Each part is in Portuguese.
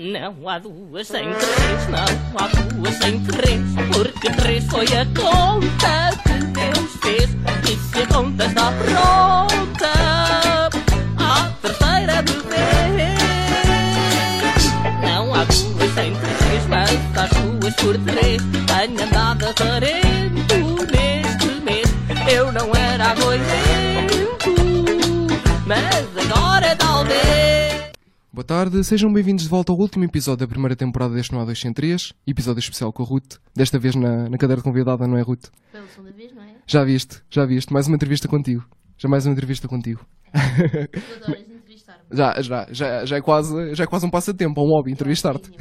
Não há duas sem três, não há duas sem três, porque três foi a conta que Deus fez. E se a conta está pronta, a terceira de vez. Não há duas sem três, mas as duas por três, tenho andado a farento neste mês. Eu não era agoizento, mas agora talvez. Boa tarde, sejam bem-vindos de volta ao último episódio da primeira temporada deste Não Há 203, episódio especial com a Ruth, desta vez na, na cadeira de convidada, não é Ruth? Pela segunda vez, não é? Já viste, já viste, mais uma entrevista contigo, já mais uma entrevista contigo. Tu adoras entrevistar-me. Já, já, já, já, é, quase, já é quase um passatempo, um hobby entrevistar-te.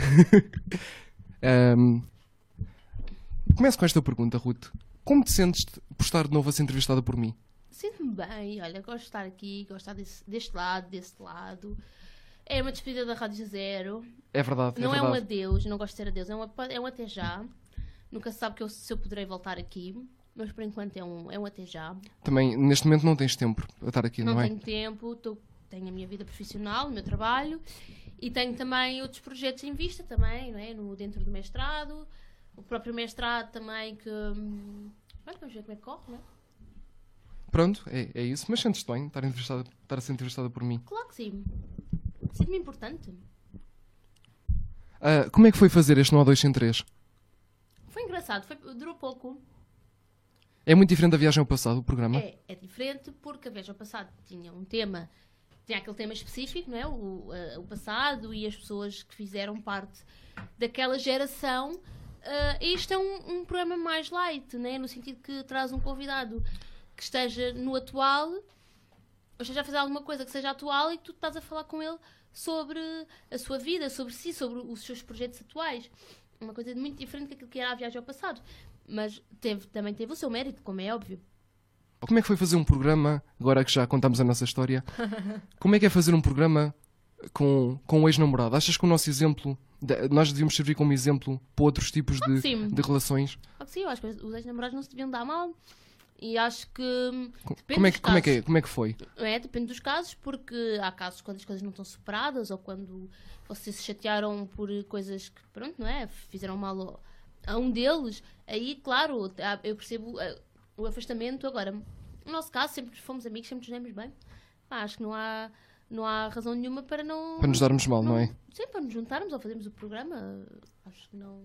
Ahm, começo com esta pergunta, Ruth. Como te sentes por estar de novo a ser entrevistada por mim? Sinto-me bem, olha, gosto de estar aqui, gosto de estar desse- deste lado, deste lado. É uma despedida da Rádio Zero. É verdade, não é é um verdade. adeus, não gosto de ser adeus, é um, apa- é um até já. Nunca se sabe que eu- se eu poderei voltar aqui, mas por enquanto é um, é um até já. Também, neste momento não tens tempo a estar aqui, não, Não é? tenho tempo, tô- tenho a minha vida profissional, o meu trabalho e tenho também outros projetos em vista também, não é? No, dentro do mestrado, o próprio mestrado também que. hum, olha, vamos ver como é que corre, não é? Pronto, é, é isso, mas sentes-te bem estar, entrevistada, estar a ser entrevistada por mim. Claro que sim. Sinto-me importante. Ah, como é que foi fazer este Não Há 203? Foi engraçado, foi, durou pouco. É muito diferente da viagem ao passado, o programa? É, é diferente porque a Veja ao Passado tinha um tema, tinha aquele tema específico, não é? O, eh, o passado e as pessoas que fizeram parte daquela geração. Eh, este é um, um programa mais light, né? no sentido que traz um convidado que esteja no atual, ou esteja a fazer alguma coisa que seja atual e que tu estás a falar com ele sobre a sua vida, sobre si, sobre os seus projetos atuais. Uma coisa muito diferente que aquilo que era a viagem ao passado. Mas teve- também teve o seu mérito, como é óbvio. Como é que foi fazer um programa, agora que já contamos a nossa história, como é que é fazer um programa com, com um ex-namorado? Achas que o nosso exemplo, de- nós devíamos servir como exemplo para outros tipos de, sim. de relações? Ah, que sim, eu acho que os ex-namorados não se deviam dar mal. E acho que. hum, Co- Depende Como é dos que, como é que, é, casos. como é que foi? É, depende dos casos, porque há casos quando as coisas não estão superadas ou quando vocês se chatearam por coisas que, pronto, não é? Fizeram mal ao- a um deles. Aí, claro, há- eu percebo ah, o afastamento. Agora, no nosso caso, sempre fomos amigos, sempre nos demos bem. Pá, acho que não há, não há razão nenhuma para não. Para nos darmos mal, não é? Sim, para nos juntarmos ou fazermos o programa. Acho que não.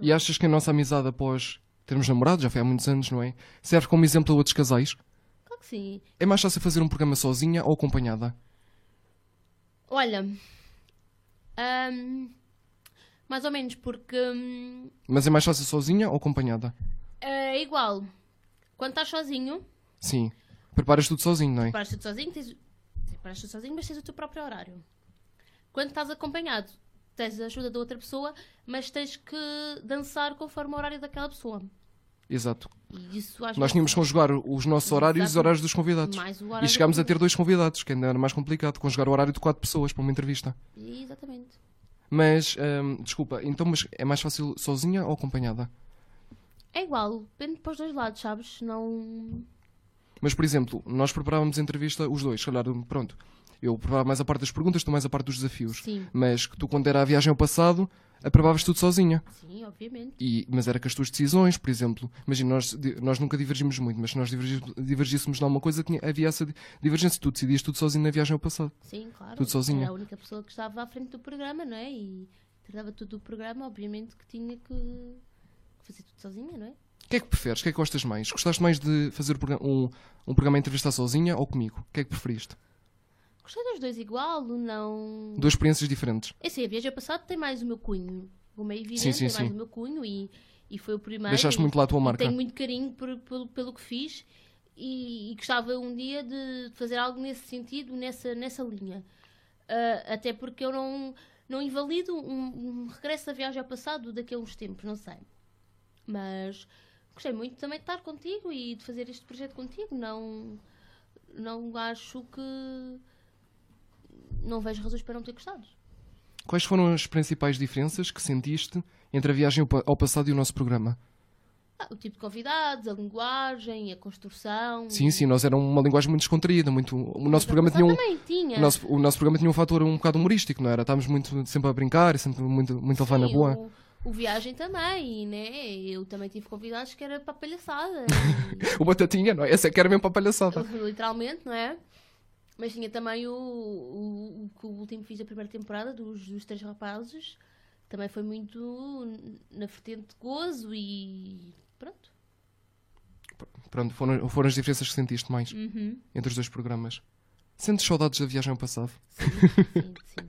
E achas que a nossa amizade após termos namorado, já foi há muitos anos, não é? Serve como exemplo a outros casais? Claro que sim. É mais fácil fazer um programa sozinha ou acompanhada? Olha, hum, mais ou menos, porque hum, Mas é mais fácil sozinha ou acompanhada? é igual. Quando estás sozinho, Sim. Preparas tudo sozinho, não é? preparas te sozinho, tens, preparas te sozinho, mas tens o teu próprio horário. Quando estás acompanhado, tens a ajuda da outra pessoa, mas tens que dançar conforme o horário daquela pessoa. Exato. E isso Nós às vezes- tínhamos que conjugar os nossos horários e os Exato. horários dos convidados. Mais o horário E dos chegámos a ter dois convidados, que ainda era mais complicado, conjugar o horário de quatro pessoas para uma entrevista. Exatamente. Mas, hum, desculpa, então mas é mais fácil sozinha ou acompanhada? É igual, depende para os dois lados, sabes? Não. Mas, por exemplo, nós preparávamos a entrevista os dois, se calhar, pronto. Eu preparava mais a parte das perguntas, tu mais a parte dos desafios. Sim. Mas que tu, quando era a viagem ao passado, preparavas tudo sozinha. Sim, obviamente. E, mas era com as tuas decisões, por exemplo. Imagina, nós, di- nós nunca divergimos muito, mas se nós divergi- divergíssemos em alguma coisa, tinha, havia essa di- divergência. Tu decidias tudo sozinho na viagem ao passado. Sim, claro. Tudo sozinha. Era a única pessoa que estava à frente do programa, não é? E tratava tudo do programa, obviamente que tinha que fazer tudo sozinha, não é? O que é que preferes? O que é que gostas mais? Gostaste mais de fazer o progra- um, um programa a entrevistar sozinha ou comigo? O que é que preferiste? Gostei dos dois igual, não. Duas experiências diferentes. É assim, a viagem passada tem mais o meu cunho. Como é evidente, Sim, sim, tem sim. mais o meu cunho e, e foi o primeiro. Deixaste e- muito lá a tua e marca. Tenho muito carinho por- pelo, pelo que fiz e, e gostava um dia de fazer algo nesse sentido, nessa, nessa linha. Ah, até porque eu não, não invalido um, um regresso da viagem ao passado daqui a uns tempos, não sei. Mas gostei muito também de estar contigo e de fazer este projeto contigo. Não, não acho que. Não vejo razões para não ter gostado. Quais foram as principais diferenças que sentiste entre a viagem ao pa- ao passado e o nosso programa? ah, o tipo de convidados, a linguagem, a construção. Sim, sim, nós era uma linguagem muito descontraída, muito. O nosso programa Mas tinha um, também tinha. o nosso, o nosso programa tinha um fator um bocado humorístico, não era? Estávamos muito sempre a brincar, e sempre muito, muito a levar na Sim, boa. O, o Viagem também, né? Eu também tive convidados que era para palhaçada. O Batatinha, não é? Essa é que era mesmo para a palhaçada. literalmente, não é? Mas tinha também o, o, o que o último fiz da primeira temporada dos, dos Três Rapazes. Também foi muito na vertente de gozo e pronto. Pronto, foram, foram as diferenças que sentiste mais Uhum. entre os dois programas. Sentes saudades da viagem ao passado? Sim, sim.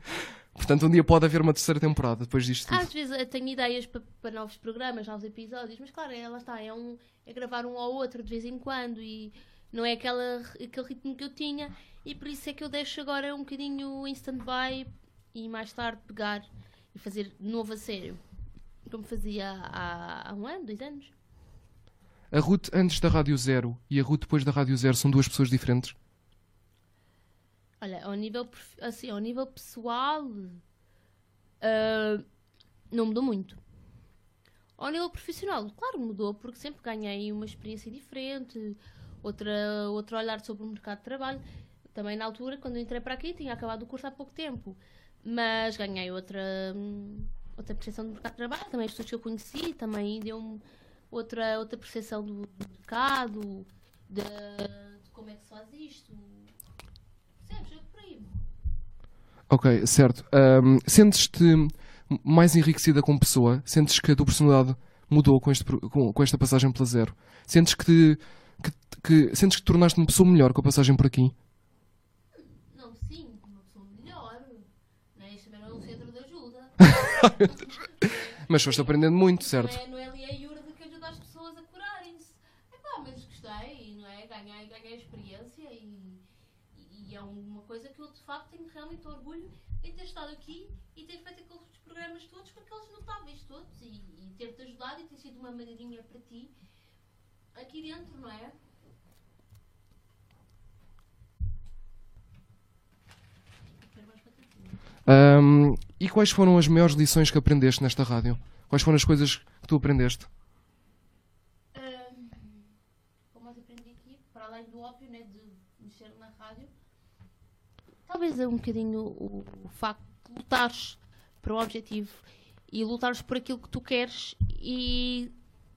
Portanto, um dia pode haver uma terceira temporada depois disto tudo. Às vezes eu tenho ideias pa- para, novos programas, novos episódios, mas claro, é, lá está, é, um, é gravar um ao outro de vez em quando e não é aquela, aquele ritmo que eu tinha e por isso é que eu deixo agora um bocadinho em stand-by e mais tarde pegar e fazer de novo a sério, como fazia há, há um ano, dois anos. A Ruth antes da Rádio Zero e a Ruth depois da Rádio Zero são duas pessoas diferentes? Olha, ao nível, prof- assim, ao nível pessoal, ah, não mudou muito. Ao nível profissional, claro, mudou, porque sempre ganhei uma experiência diferente, outra, outro olhar sobre o mercado de trabalho. Também na altura, quando eu entrei para aqui, tinha acabado o curso há pouco tempo, mas ganhei outra, hum, outra percepção do mercado de trabalho, também as pessoas que eu conheci, também deu-me outra, outra percepção do, do mercado, de, de como é que se faz isto, Percebes? Eu por aí. Ok, certo. Ahm, Sentes-te mais enriquecida como pessoa? Sentes que a tua personalidade mudou com, este pro- com- com esta passagem pela Zero? Sentes que te, que, que- sentes que te tornaste uma pessoa melhor com a passagem por aqui? Não, sim, uma pessoa melhor. Né? Isto também não é um centro de ajuda. Mas foste aprendendo muito, certo? Não é, não é ali a Iurda que ajuda as pessoas a curarem-se. É pá, mas gostei, não é? Ganhei, ganhei experiência e, e é uma coisa que eu de facto tenho realmente orgulho em ter estado aqui e ter feito aqueles programas todos com aqueles notáveis todos e, e ter-te ajudado e ter sido uma maneirinha para ti aqui dentro, não é? Quero mais batatinha. Ahm, e quais foram as maiores lições que aprendeste nesta rádio? Quais foram as coisas que tu aprendeste? Ahm, como eu aprendi aqui, para além do óbvio, né, de mexer na rádio, talvez é um bocadinho o, o facto de lutares para o objetivo e lutares por aquilo que tu queres e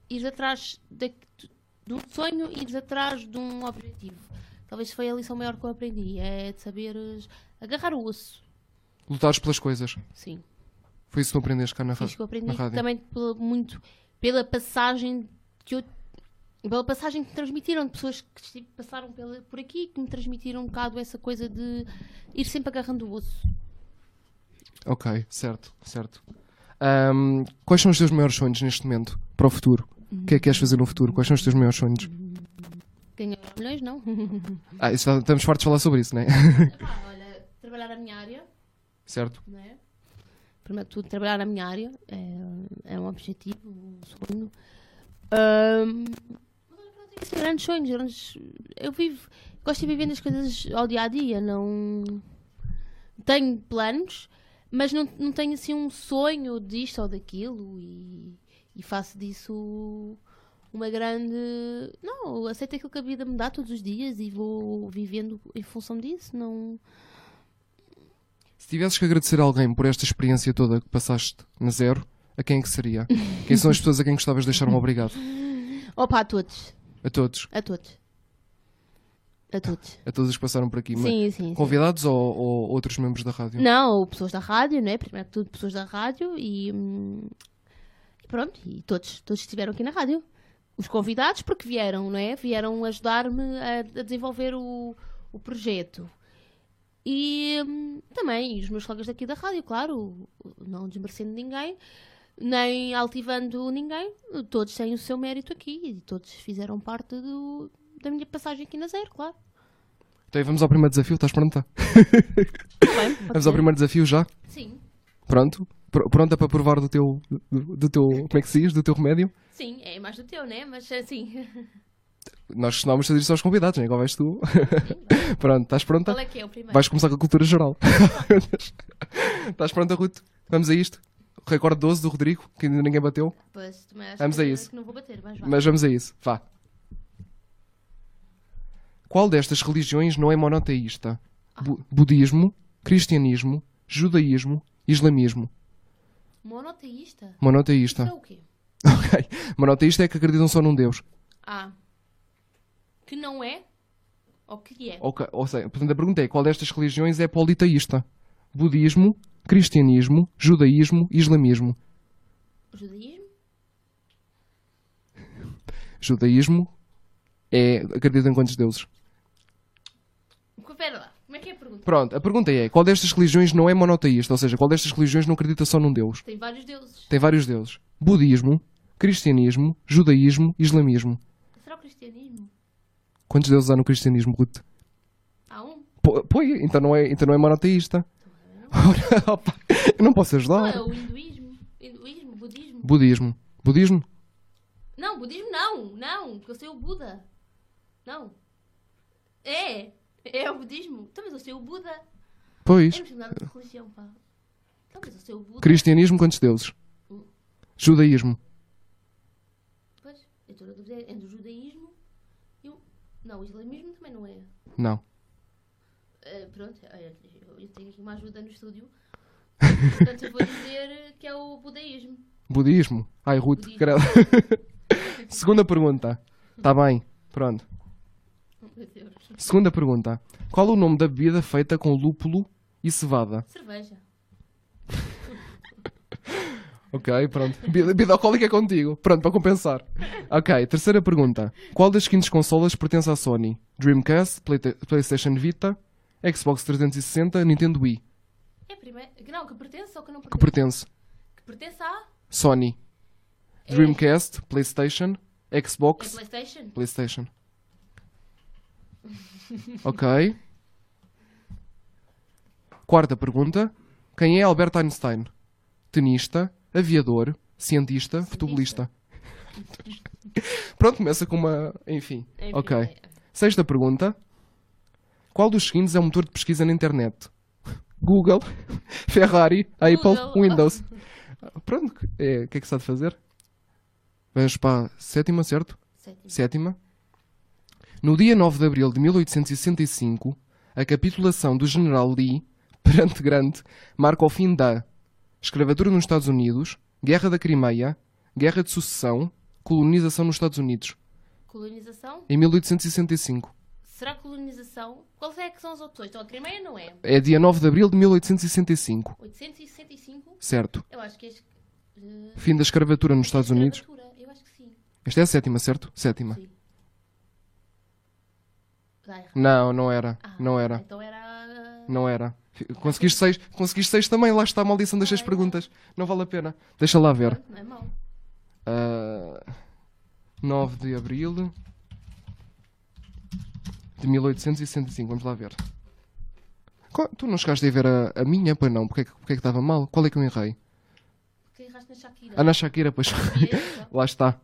ires atrás da- de, um sonho e ires atrás de um objetivo. Talvez foi a lição maior que eu aprendi, é de saberes agarrar o osso. Lutares pelas coisas. Sim. Foi isso que tu aprendeste cá na, ra- Fiz que eu na aprendi rádio. também pela- muito pela passagem que eu pela passagem que me transmitiram de pessoas que esti- passaram pela, por aqui que me transmitiram um bocado essa coisa de ir sempre agarrando o osso. Ok, certo, certo. Ahm, quais são os teus maiores sonhos neste momento para o futuro? O que é que queres fazer no futuro? Quais são os teus maiores sonhos? Ganhar milhões, não? Ah, isso, já- estamos fartos de falar sobre isso, não é? Epá, Ah, olha, trabalhar a minha área, certo. não é? Primeiro de tudo, trabalhar na minha área é, é um objetivo, um sonho. Ahm, mas olha, não tenho assim grandes sonhos, grandes. Eu vivo, gosto de viver nas coisas ao dia a dia, não. Tenho planos, mas não, não tenho assim um sonho disto ou daquilo e, e faço disso uma grande. Não, aceito aquilo que a vida me dá todos os dias e vou vivendo em função disso, não. Se tivesses que agradecer a alguém por esta experiência toda que passaste na zero, a quem é que seria? Quem são as pessoas a quem gostavas de deixar um obrigado? Opa, a todos. A todos. A todos. A todos. A todos os que passaram por aqui. Sim, sim. sim. Convidados ou, ou outros membros da rádio? Não, pessoas da rádio, não é? Primeiro que tudo, pessoas da rádio e. hum, e pronto, e todos, todos que estiveram aqui na rádio. Os convidados, porque vieram, não é? Vieram ajudar-me a, a desenvolver o, o projeto. E hum, também os meus colegas daqui da rádio, claro, não desmerecendo ninguém, nem altivando ninguém, todos têm o seu mérito aqui e todos fizeram parte do, da minha passagem aqui na Zero, claro. Então aí vamos ao primeiro desafio, estás pronta? Tá bem, pode Vamos ser. ao primeiro desafio já? Sim, Pronto? Pr- pronta para provar do teu, do, do teu. Como é que se diz? Do teu remédio? sim, é mais do teu, né? Mas assim, Nós costumamos fazer isso aos convidados, né? agora vais tu. Pronto, estás pronta? qual é que é o primeiro? Vais começar com a cultura geral. estás pronta, Ruth? Vamos a isto? recorde 12 do Rodrigo, que ainda ninguém bateu. Pois, também acho Vamos que, a isso. que não vou bater, mas vá. Mas vamos a isso. Vá. Qual destas religiões não é monoteísta? Ah. Bu- budismo, cristianismo, judaísmo, islamismo. Monoteísta? Isso é Monoteísta. o quê? Ok. Monoteísta é que acreditam só num Deus. Ah. Que não é? Ou que é? Ok, Ou seja, portanto, a pergunta é qual destas religiões é politeísta? Budismo, cristianismo, judaísmo, islamismo. O judaísmo? Judaísmo é acreditam em quantos deuses? Pera lá, como é que é a pergunta? Pronto, a pergunta é qual destas religiões não é monoteísta? Ou seja, qual destas religiões não acredita só num Deus? Tem vários deuses. Tem vários deuses: budismo, cristianismo, judaísmo, islamismo. Será o cristianismo? Quantos deuses há no cristianismo, Ruth? Há um? Po- Pois, então não é, então não é monoteísta. Ora, opa, eu não posso Não, é ajudar. o hinduísmo? Hinduísmo? Budismo? Budismo. Budismo? Não, budismo não, não, porque eu sei o Buda. Não. É, é o budismo. Talvez eu sei o Buda. Eu Pois. não sei nada de religião, pá. Talvez eu sei o Buda. Cristianismo, quantos deuses? Judaísmo. Pois, eu estou na dúvida é entre o judaísmo e o... Não, o islamismo também não é. Não. Eh, pronto, olha, eu, eu tenho aqui uma ajuda no estúdio. Portanto, eu vou dizer que é o budaísmo. Budismo. Ai, Ruth, Budismo. credo. Segunda pergunta. Tá bem. Pronto. Oh, Meu Deus. Segunda pergunta. Qual o nome da bebida feita com lúpulo e cevada? Cerveja. Ok, pronto. Bebida bebida alcoólica é contigo. Pronto, para compensar. Ok, terceira pergunta. Qual das seguintes consolas pertence à Sony? Dreamcast, Playte- PlayStation Vita, Xbox 360, Nintendo Wii. É a primeira. que Não, que pertence ou que não Que pertence? pertence? Que pertence à. Sony. É- Dreamcast, PlayStation, É Xbox, PlayStation? PlayStation. Ok. Quarta pergunta. Quem é Albert Einstein? Tenista, aviador, cientista, futebolista. Pronto, começa com uma. Enfim. Enfim, ok. é. Sexta pergunta. Qual dos seguintes é um motor de pesquisa na internet? Google, Ferrari, Apple, Google. Windows. Pronto, é, o que é que se há de fazer? Vamos para a sétima, certo? Sétimo. Sétima. No dia 9 de abril de 1865, a capitulação do general Lee perante Grant marca o fim da escravatura nos Estados Unidos, guerra da Crimeia, guerra de sucessão, colonização nos Estados Unidos, Colonização? em 1865. Será colonização? Quais é que são as opções? Então a Crimeia não é. É dia 9 de abril de 1865, 865? certo? Eu acho que és. eh, Fim da escravatura nos Estados Unidos. escravatura. Eu acho que sim. Esta é a sétima, certo? Sétima. Sim. Dá errado. Não, não era. Ah, Não era. Então era. Não era. Fi- Conseguiste seis, conseguiste seis também, lá está a maldição das seis perguntas. Não vale a pena. Deixa lá ver. Não é mau. Ah, 9 de abril de 1865. Vamos lá ver. Qual- tu não chegaste a ver a, a minha? Pois não. Porque é, que, porque é que estava mal? Qual é que eu errei? Porque erraste na Shakira. É Ana Shakira, pois. E essa? lá está.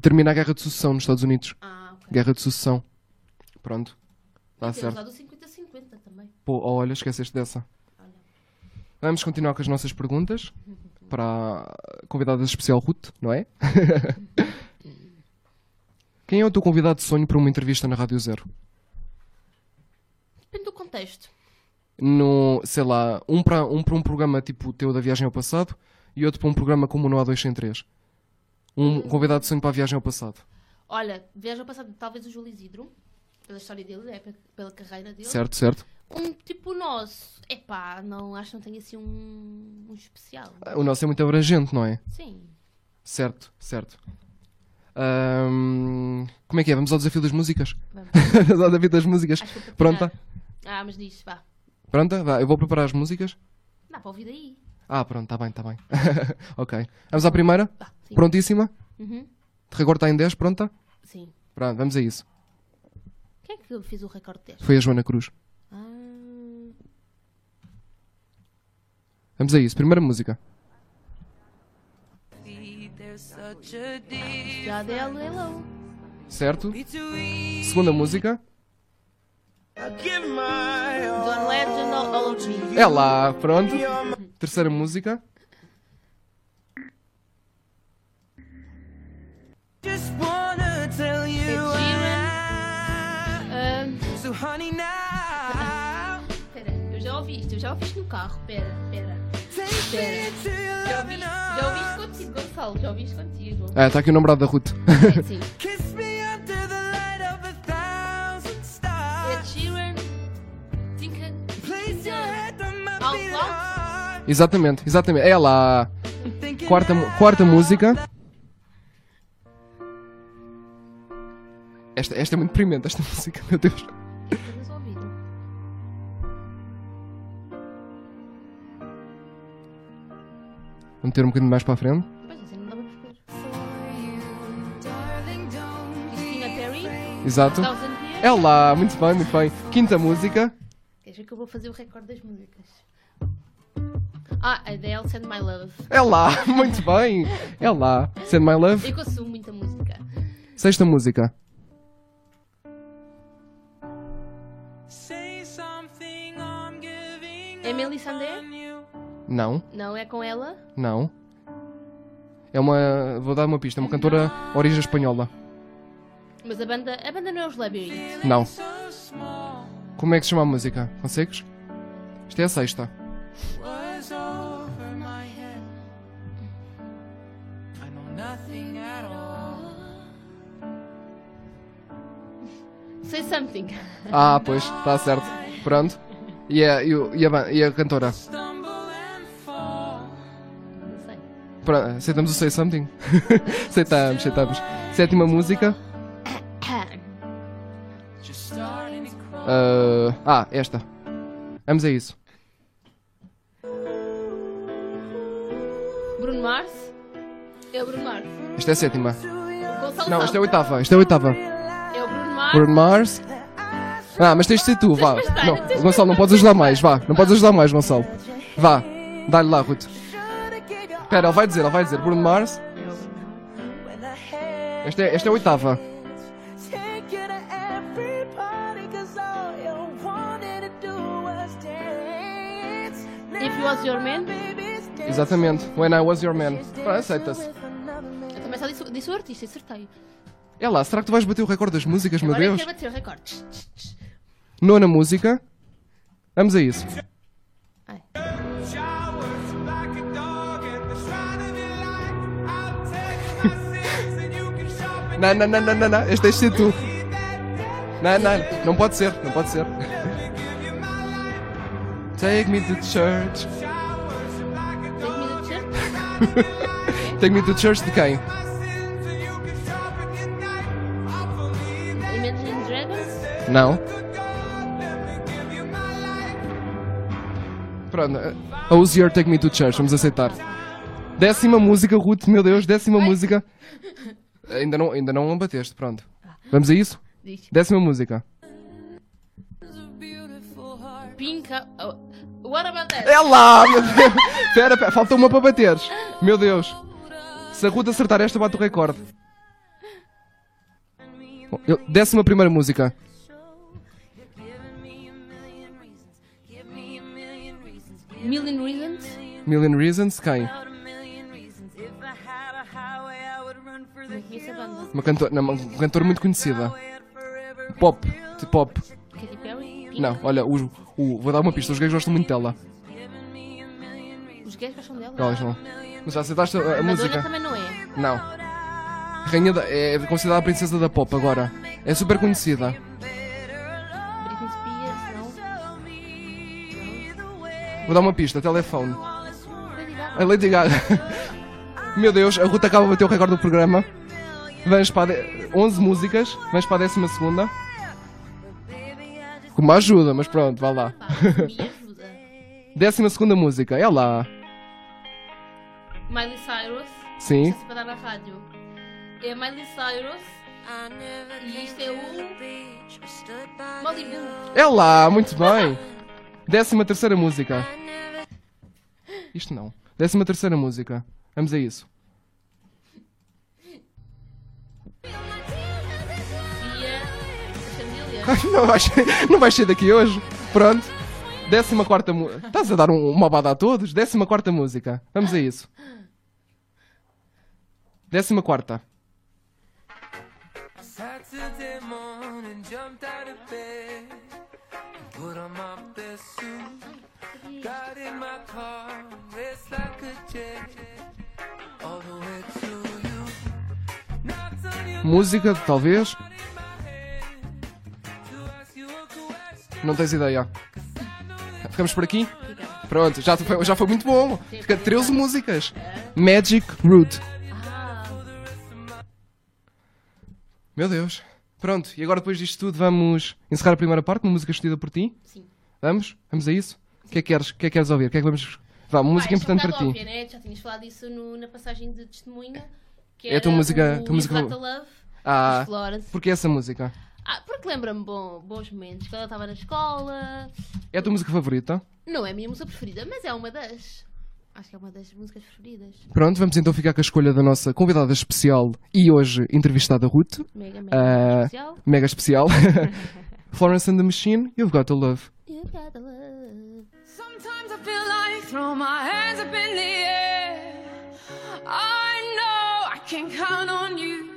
Termina a guerra de sucessão nos Estados Unidos. Ah, ok. Guerra de sucessão. Pronto. Está Temos certo. lá do 50-50 também. Pô, oh, olha, esqueceste dessa. Olha. Vamos continuar com as nossas perguntas para a convidada especial Ruth, não é? Quem é o teu convidado de sonho para uma entrevista na Rádio Zero? Depende do contexto. No, sei lá, um para um, para um programa tipo o teu da Viagem ao Passado e outro para um programa como o No A203. Um convidado de sonho para a Viagem ao Passado, Olha, viagem ao passado, talvez o Júlio Isidro, pela história dele, é, pe- pela carreira dele. certo, certo? Um tipo nosso, epá, não, acho que não tem assim um, um especial. Ah, O nosso é muito abrangente, não é? Sim. Certo, certo. Ahm, como é que é? Vamos ao desafio das músicas? Vamos. ao desafio das músicas. Acho que vou Pronta? preparar. Ah, mas diz, vá. Pronta? Vá, eu vou preparar as músicas. Dá para ouvir daí. Ah, pronto, tá bem, tá bem. ok. Vamos à primeira? Vá, sim. Prontíssima? Uhum. De Recorde está em 10, pronta? Sim. Pronto, vamos a isso. Quem é que fez o recorde deste? Foi a Joana Cruz. Ah, Vamos a isso. Primeira música. There's such a difference já dela, hello. Certo? between Segunda música. I give my all é John Legend, all of me. É lá, pronto. Terceira música. Just wanna tell you Ed Sheeran. I- Ahm, So honey now Espera, Ah, eu já ouvi isto, eu já ouvi isto no carro. Espera, espera. take me Espera. to your Já ouvi, loving já ouvi isto arms. contigo, Gonçalo, já ouvi isto contigo. Ah, está aqui o namorado da Ruth. É, sim. Kiss me under the light of a thousand Ed É stars. Sheeran, Tinker, Place your head on my Out beating loud? heart. exatamente, exatamente. É lá. Thinking Quarta, mu- out quarta música. Esta, esta é muito deprimente, esta música, meu Deus. vocês ouviram? Vou meter um bocadinho mais para a frente. Pois assim, não dá para perceber. Darling, don't Christina Perry, Exato. Thousand Years. É lá, muito bem, muito bem. Quinta música. Queres ver que eu vou fazer o recorde das músicas? Ah, Adele, Send My Love. É lá, muito bem. É lá. Send My Love. Eu consumo muita música. Sexta música. say something I'm giving Emily up Sandé? on you. Não, Não é com ela? não. É uma. Vou dar uma pista. É uma cantora origem espanhola. Mas a banda, a banda não é os Labyrinth. Não. So small Como é que se chama a música? Consegues? Isto é a sexta. was over my head. I know nothing at all. Say Something. Ah, pois, está certo. Pronto. E a, e o- e a, ba- e a cantora? Stumble and fall. Não sei. Pronto, aceitamos o Say Something? aceitamos, aceitamos. Sétima música. Just starting to cry. Ah, ah, esta. Vamos a isso. Bruno Mars? É o Bruno Mars. Esta é a sétima. Gonçalo Não, sabe. esta é a oitava. Esta é a oitava. É o Bruno Mars. Bruno Mars. Ah, mas tens de ser tu, vá. Mas tá, tens Não, de Gonçalo, não podes ajudar mais, vá. Não podes ajudar mais, Gonçalo. Vá, dá-lhe lá, Ruth. Espera, ele vai dizer, ele vai dizer. Bruno Mars. É o Bruno Mars. Esta é, esta é a oitava. Take you to every party, 'cause all you wanted to do was dance. If You Was Your Man? Baby's dancing Exatamente. When I Was Your Man. Pá, aceita-se. with another man. Eu também só disse, disse o artista, acertei. É lá, será que tu vais bater o recorde das músicas, meu Agora é Deus? que bater o recorde. Tch, tch, tch. Nona música. Vamos a isso. Ai. Showers like a dog at the shrine of your light. I'll take my sins and you can sharpen Não, não, não, não, não, não. Este tens de ser tu. Não, não, não pode ser, não pode ser. Take me to church. showers like a Take me to church. Take me to church de quem? my sins and you can sharpen your knife. I believe that Imagine Dragons. Não. God let me give you my life. Pronto. eh, A Use Your Take Me to Church, vamos aceitar. Décima música, Ruth, meu Deus, décima música. Ainda não, ainda não bateste, pronto. Vamos a isso? Diz. Décima música. Pink. Oh, what about that? É lá, meu Deus. Pera, pera, falta uma para bateres. Meu Deus. Se a Ruth acertar esta, bate o recorde. Bom, eu- Décima primeira música. Million Reasons. Million Reasons, quem? Não conheço a banda. Uma cantora, não, uma cantora muito conhecida. Pop, de pop. Katy Perry. Pink. Não, olha, o, o- vou dar uma pista, os gays gostam muito dela. Os gays gostam dela. Elas não. Mas já aceitaste a, a Madonna música? também não é. Não. Rainha da, é considerada a princesa da pop agora. É super conhecida. Britney Spears, não. Vou dar uma pista, telefone. Lady Gaga. A Lady Gaga. Meu Deus, a Ruta acaba de bater o recorde do programa. Vamos para a de- 11 músicas, vamos para a 12 segunda. Com uma ajuda, mas pronto, vá lá. Pá, me ajuda. 12 segunda música, é lá. Miley Cyrus. Sim. Isto é para dar na rádio. É Miley Cyrus. E isto é o. Malibu. É lá, muito bem. 13 terceira música. Isto não. 13 terceira música. Vamos a isso. E a. a Chandelier. Ai, Não vais, não vais sair daqui hoje. Pronto. Décima quarta música. Estás a dar um, uma bada a todos? Décima quarta música. Vamos a isso. Décima quarta. Saturday morning, jumped out of bed, put on my best suit, got in my car, raced like a jet, all the way to you. Knocked on your Música, talvez. door in my head to ask you a question. Não tens ideia. Ficamos por aqui? Pronto, já foi, já foi muito bom. Fica 13 músicas. Magic Root. Ah, Meu Deus. Pronto, e agora depois disto tudo vamos encerrar a primeira parte, uma música escolhida por ti. Sim. Vamos? Vamos a isso? O que é que queres, o que é que queres ouvir? O que é que vamos... Vá, uma música Ah, isto é um importante para bocado ti. óbvio, né? Já tinhas falado isso no- na passagem de testemunha. Que É a tua era música- o tua música You've Got favor- the Love, Ah. dos Florence. Porque essa música Ah, porque lembra-me bom- bons momentos. Quando eu estava na escola. é a tua música favorita. Não é a minha música preferida, mas é uma das. Acho que é uma das músicas preferidas. Pronto, vamos então ficar com a escolha da nossa convidada especial e hoje entrevistada Ruth, Mega, mega Ah. especial. mega especial, Florence and the Machine, You've Got to Love. You got the Um love. Sometimes I feel like throwing my hands up in the air. I know I can count on you.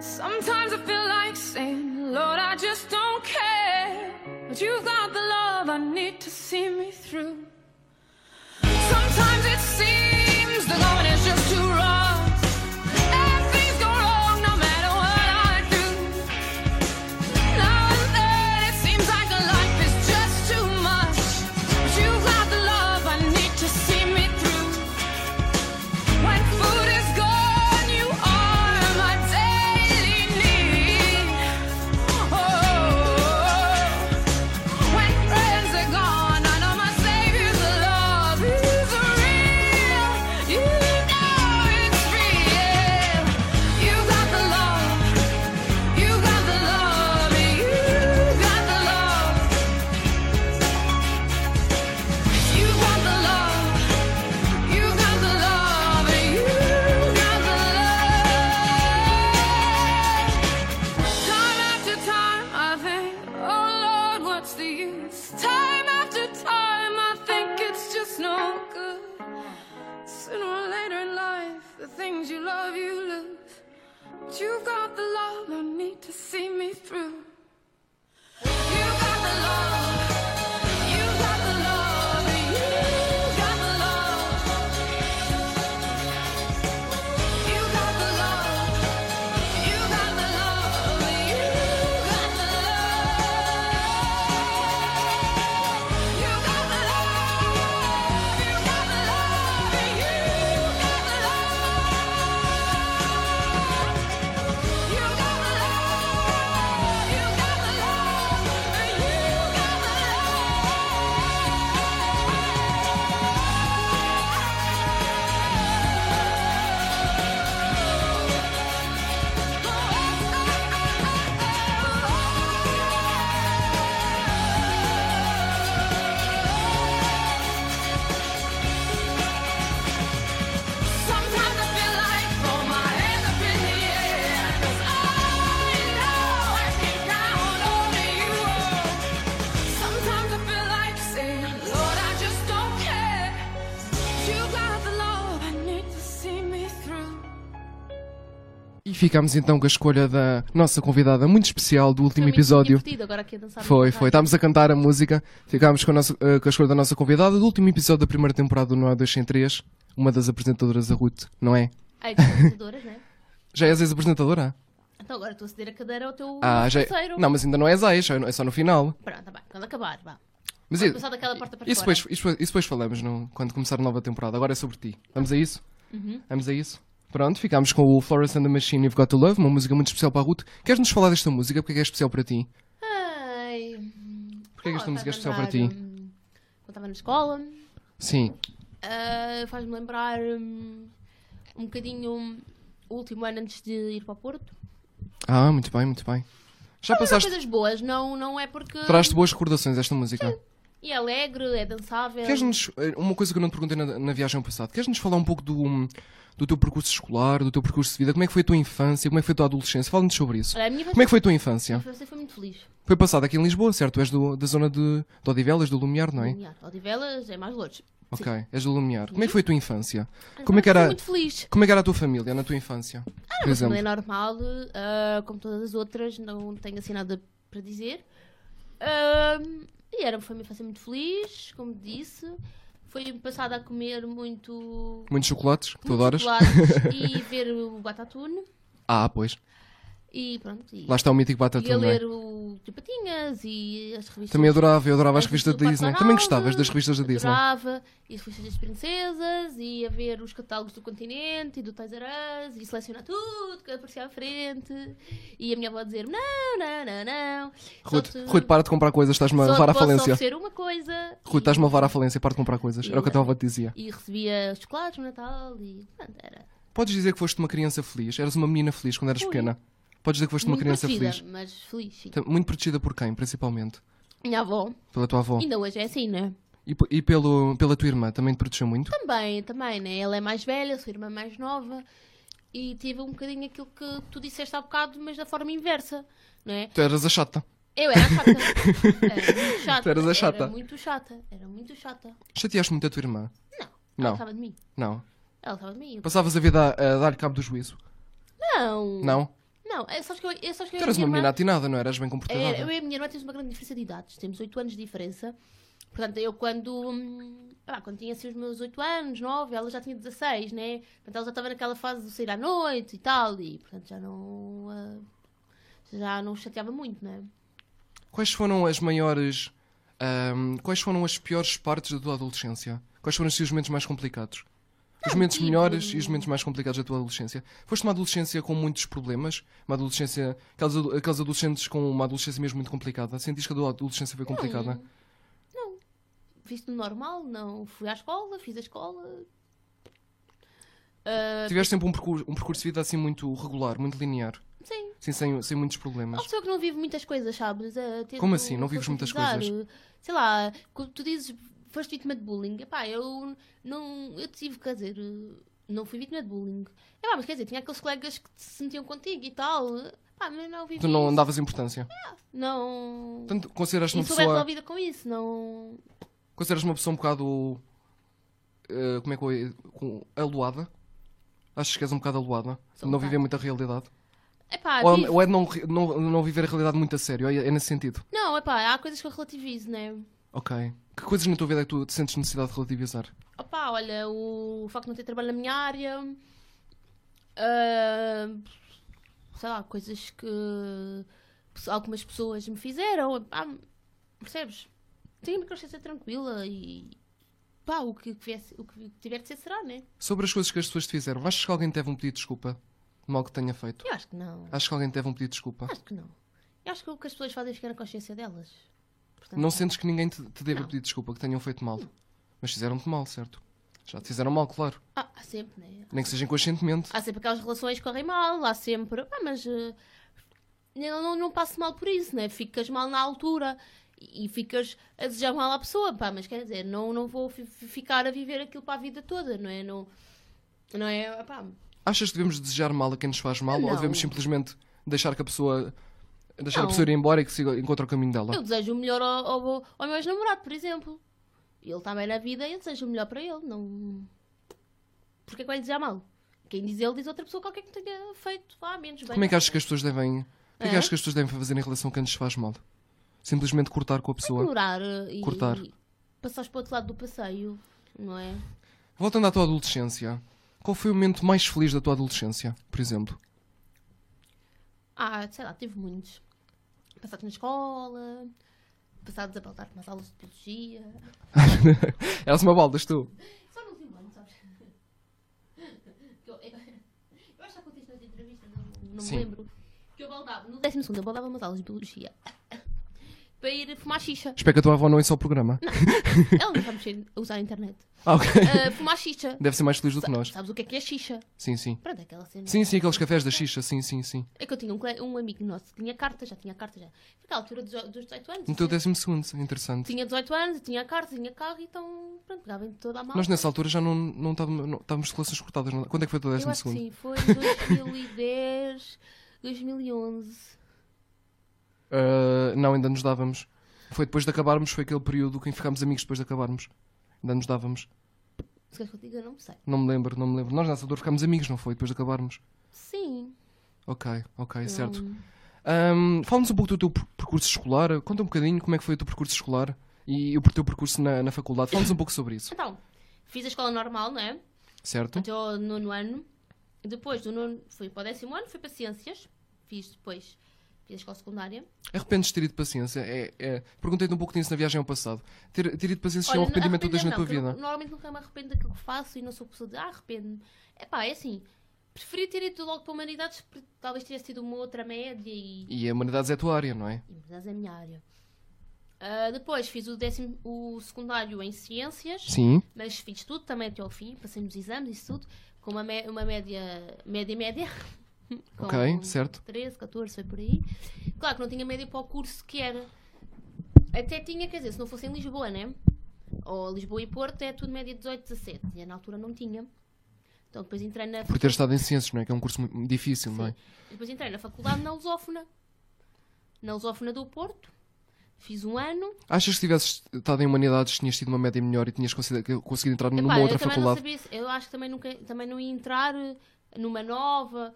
Sometimes I feel like saying, Lord, I just don't care. But you've got the love I need to see me through. Sometimes it seems the going is just too rough. And things go wrong no matter what I do. Now and then it seems like life is just too much, but you've got the love I need to see me through. When food is gone, you are my daily need. Oh, when friends are gone, I know my Savior's love is real. You know it's real. You got the love. You got the love, you got the love. You got the love, you got the love, you got the love. Time after time, I think, oh Lord, what's the use? Time after time, I think it's just no good. Sooner or later in life, the things you love, you lose. But You've got the love I need to see me through. You got the love. You got the love. You got the love. You got the love. You got the love. You got the love. You got the love. You got the love. You got the love. You got the love, you got the love, you got the Sometimes I feel like throw my hands up in the air 'cause I know I can count on you. Sometimes I feel like saying, Lord, I just don't care. You got the love I need to see me through. E ficamos então com a escolha da nossa convidada muito especial do último Foi muito episódio. divertido agora aqui a dançar Foi, muito foi. bem. Estávamos a cantar a música, ficámos com a, nossa- eh, com a escolha da nossa convidada do último episódio da primeira temporada do Não é 203, uma das apresentadoras da Ruth, não é? Ai, descansadoras, né? Já és ex-apresentadora? Então agora estou a ceder a cadeira ao teu Ah, já. parceiro. Não, mas ainda não és ex, é só no final. Pronto, tá bem. Quando acabar, vá. Mas Quando e- passar daquela porta para isso fora. depois, isso, depois- isso depois falamos no- quando começar a nova temporada. Agora é sobre ti. Vamos a isso? Uhum. Vamos a isso? Pronto, ficámos com o Florence and the Machine You've Got to Love, uma música muito especial para a Ruth. Queres-nos falar desta música? Porque é que é especial para ti? Ai. Porquê é que esta Oh, música é faz-me especial para lembrar, ti? hum, Quando estava na escola, Sim. ah, faz-me lembrar hum, um bocadinho hum, o último ano antes de ir para o Porto. Ah, muito bem, muito bem. Já Lembra passaste. coisas boas, não, não é porque. Traz-te boas recordações esta música. E é alegre, é dançável. Queres-nos, eh, uma coisa que eu não te perguntei na, na viagem ao passado, queres-nos falar um pouco do, hum, do teu percurso escolar, do teu percurso de vida? Como é que foi a tua infância? Como é que foi a tua adolescência? Fala-nos sobre isso. Olha, a minha Como é que foi a tua infância? infância foi muito feliz. Foi passada aqui em Lisboa, certo? Tu és do- da zona de, de Odivelas, do Lumiar, não é? Lumiar. Odivelas é mais longe. Ok, és do Lumiar. Como é que foi a tua infância? Mas Como é que foi era, muito Ah, feliz. como é que era a tua família na tua infância? Por Uma família exemplo, é normal, ah, como todas as outras, não tenho assim nada para dizer. Ahm, e era, foi uma infância muito feliz, como disse. Foi passada a comer muito. muitos chocolates que tu adoras? muitos chocolates e ver o Batatune. Ah, pois. E pronto. E, Lá está o mítico e a Batatune, não é? ler o de Patinhas e as revistas. Também adorava, eu adorava as As revistas do da Disney. Pato Também Donald, gostavas das revistas da Disney. Adorava e as revistas das princesas e a ver os catálogos do continente e do Toys R Us e selecionar tudo que aparecia à frente. E a minha avó dizer não, não, não, não. Ruth, Só te- Ruth, para de comprar coisas, estás-me a só te levar à posso falência. oferecer uma coisa. Rui, e, estás-me a levar à falência, para de comprar coisas. Era o que a tua é. avó te dizia. e recebia chocolates no Natal e pronto, era. Podes dizer que foste uma criança feliz? Eras uma menina feliz quando eras Fui. pequena? Podes dizer que foste uma muito criança protegida, feliz? mas feliz, sim. Tam- Muito protegida por quem, principalmente? Minha avó, Pela tua avó? ainda hoje é assim, né? E, p- e pelo, pela tua irmã? Também te protegeu muito? Também, também, né? Ela é mais velha, sua irmã é mais nova e teve um bocadinho aquilo que tu disseste há bocado, mas da forma inversa, não é? Tu eras a chata. Eu era chata. era muito chata. Tu eras a chata. Era muito chata. Era muito chata. Chateaste muito a tua irmã? Ela Não. Não, gostava de mim. não. Ela gostava de mim. Passavas a vida a, a dar cabo do juízo? Não. Não? Não. É, sabes que eu, é, sabes que Tu eu e a eras minha uma menina irmã- atinada, não eras bem comportada? é, Eu e a minha irmã temos uma grande diferença de idades. Temos 8 anos de diferença. Portanto, eu quando. hum, ah, quando tinha assim os meus 8 anos, 9, ela já tinha 16, né? Portanto, ela já estava naquela fase de sair à noite e tal. E, portanto, já não. ah, já não chateava muito, né? Quais foram as maiores. ahm, quais foram as piores partes da tua adolescência? Quais foram os teus momentos mais complicados? Os momentos tive- melhores e os momentos mais complicados da tua adolescência. Foste uma adolescência com muitos problemas, uma adolescência. Aquelas, ado- aquelas adolescentes com uma adolescência mesmo muito complicada. Sentiste que a tua adolescência foi complicada? Fiz tudo normal, não fui à escola, fiz a escola. Ah, Tiveste sempre um percurso, um percurso de vida assim muito regular, muito linear, sim. assim, sem, sem muitos Uma problemas. pessoa que não vive muitas coisas, sabes? Eh, tento Como assim? Não vives muitas relativizar, eh, Sei lá, quando tu dizes foste vítima de bullying, epá, eu não. Eu tive, quer dizer, eh, não fui vítima de bullying. Epá, mas quer dizer, tinha aqueles colegas que se metiam contigo e tal. Epá, mas não vivi. Tu não isso. davas importância. Não. Portanto, consideras não uma sou bem pessoa. resolvida com isso, não. Consideras uma pessoa um bocado. eh, como é que eu. ia- com- aloada? Achas que és um bocado aloada? Sou um não bocado. viver muita realidade? Epá, ou, é- vivo- ou é de não, re- não, não viver a realidade muito a sério? É, é nesse sentido? Não, epá, há coisas que eu relativizo, né? Ok. Que coisas na tua vida é que tu te sentes necessidade de relativizar? Opá, olha, o facto de não ter trabalho na minha área. ah, sei lá, coisas que pesso- algumas pessoas me fizeram. pá, percebes? Tenho-me que ser tranquila e. Pá, o que, viesse- o que tiver de ser será, né? Sobre as coisas que as pessoas te fizeram, achas que alguém te deve um pedido de desculpa? De mal que tenha feito? Eu acho que não. Achas que alguém te deve um pedido de desculpa? Acho que não. Eu acho que o que as pessoas fazem fica na consciência delas. Portanto, Não sentes que ninguém te, te deve Não. pedir desculpa, que tenham feito mal? Mas fizeram-te mal, certo? Já te fizeram mal, claro. Ah, há sempre, né? Nem que seja inconscientemente. Há sempre aquelas relações que correm mal, há sempre. Ah, mas. eh, eu não, não passo mal por isso, né? Ficas mal na altura e e ficas a desejar mal à pessoa, pá, mas quer dizer, não, não vou fi- ficar a viver aquilo para a vida toda, não é? Não, não é? Pá, Achas que devemos desejar mal a quem nos faz mal ou Não. devemos simplesmente deixar que a pessoa deixar a Não. pessoa ir embora e que siga, encontre o caminho dela? eu desejo o melhor ao, ao, ao meu ex-namorado, por exemplo. Ele está bem na vida e eu desejo o melhor para ele, não. Porque é que vai desejar mal? Quem diz ele diz outra pessoa qualquer que tenha feito, vá, menos bem. Como é que achas que as pessoas devem. O que é que Hã? achas que as pessoas devem fazer em relação a quem nos faz mal? Simplesmente cortar com a pessoa. Ignorar eh, e, Cortar. e passares para o outro lado do passeio, não é? Voltando à tua adolescência, qual foi o momento mais feliz da tua adolescência, por exemplo? Ah, sei lá, tive muitos. Passados na escola, passados a faltar umas aulas de biologia. Eras uma baldas, tu. Só no último ano, sabes? Que Eu, eu, eu acho que já contei isto nas entrevistas, não, não me Sim. lembro. Que eu baldava, no décimo segundo, eu baldava umas aulas de biologia. para ir fumar xixa. Espero que a tua avó não ouça o programa. Ela não sabe mexer- usar a internet. Ah, ok. Ah, fumar xixa. Deve ser mais feliz do que nós. Sabes o que é que é xixa? Sim, sim. Pronto, é aquela cena. Sim, sim, aqueles cafés da xixa, sim, sim, sim. É que eu tinha um, colega- um amigo nosso que tinha carta, já tinha carta já. Fica à altura dos, dos 18 anos. No teu tinha, décimo segundo, interessante. tinha 18 anos, tinha carta, tinha carro, então pronto, pegava em toda a mala. Nós nessa altura já não, não, estávamos, não estávamos de relações cortadas. não- Quando é que foi o teu Eu décimo acho que segundo? sim, foi em 2010, 2011. Ah, não, ainda nos dávamos. Foi depois de acabarmos, foi aquele período em que ficámos amigos depois de acabarmos. Ainda nos dávamos. Se queres que eu te diga, eu não sei. Não me lembro, não me lembro. Nós nessa altura ficámos amigos, não foi? Depois de acabarmos. Sim. Ok, ok, certo. Hum, Ahm, Fala-nos um pouco do teu per- percurso escolar. Conta um bocadinho como é que foi o teu percurso escolar e o teu percurso na, na faculdade. Fala-nos um pouco sobre isso, Então, fiz a escola normal, não é? certo? Até ao nono ano. Depois do nono, fui para o décimo ano, fui para ciências. Fiz depois, fiz a escola secundária. Arrependes de ter ido paciência? É, é- Perguntei-te um pouco disso na viagem ao passado. Ter, ter ido paciência é um Olha, arrependimento que tu tens na arrepender tua não, que eu vida. nu- Normalmente nunca me arrependo daquilo que faço e não sou pessoa de ah, arrependo-me. É pá, é assim. Preferi ter ido logo para humanidades porque talvez tivesse sido uma outra média e. E a humanidades é a tua área, não é? e humanidades é a minha área. Ah, depois fiz o, décimo, o secundário em ciências, Sim. mas fiz tudo também até ao fim, passei nos exames, isso tudo, com uma, mé- uma média média média. com Ok, certo. 13, 14, foi por aí. Claro que não tinha média para o curso que era. Até tinha, quer dizer, se não fosse em Lisboa, né? Ou Lisboa e Porto, é tudo média 18, 17. E eu, na altura não tinha. Então depois entrei na Por ter estado em ciências, não é? Que é um curso muito difícil, não é? Sim. Depois entrei na faculdade na Lusófona. Na Lusófona do Porto. Fiz um ano. Achas que se tivesses estado em humanidades, tinhas tido uma média melhor e tinhas conseguido, conseguido entrar numa Epá, eu outra também não faculdade? sabia se- eu acho que também, nunca, também não ia entrar eh, numa nova,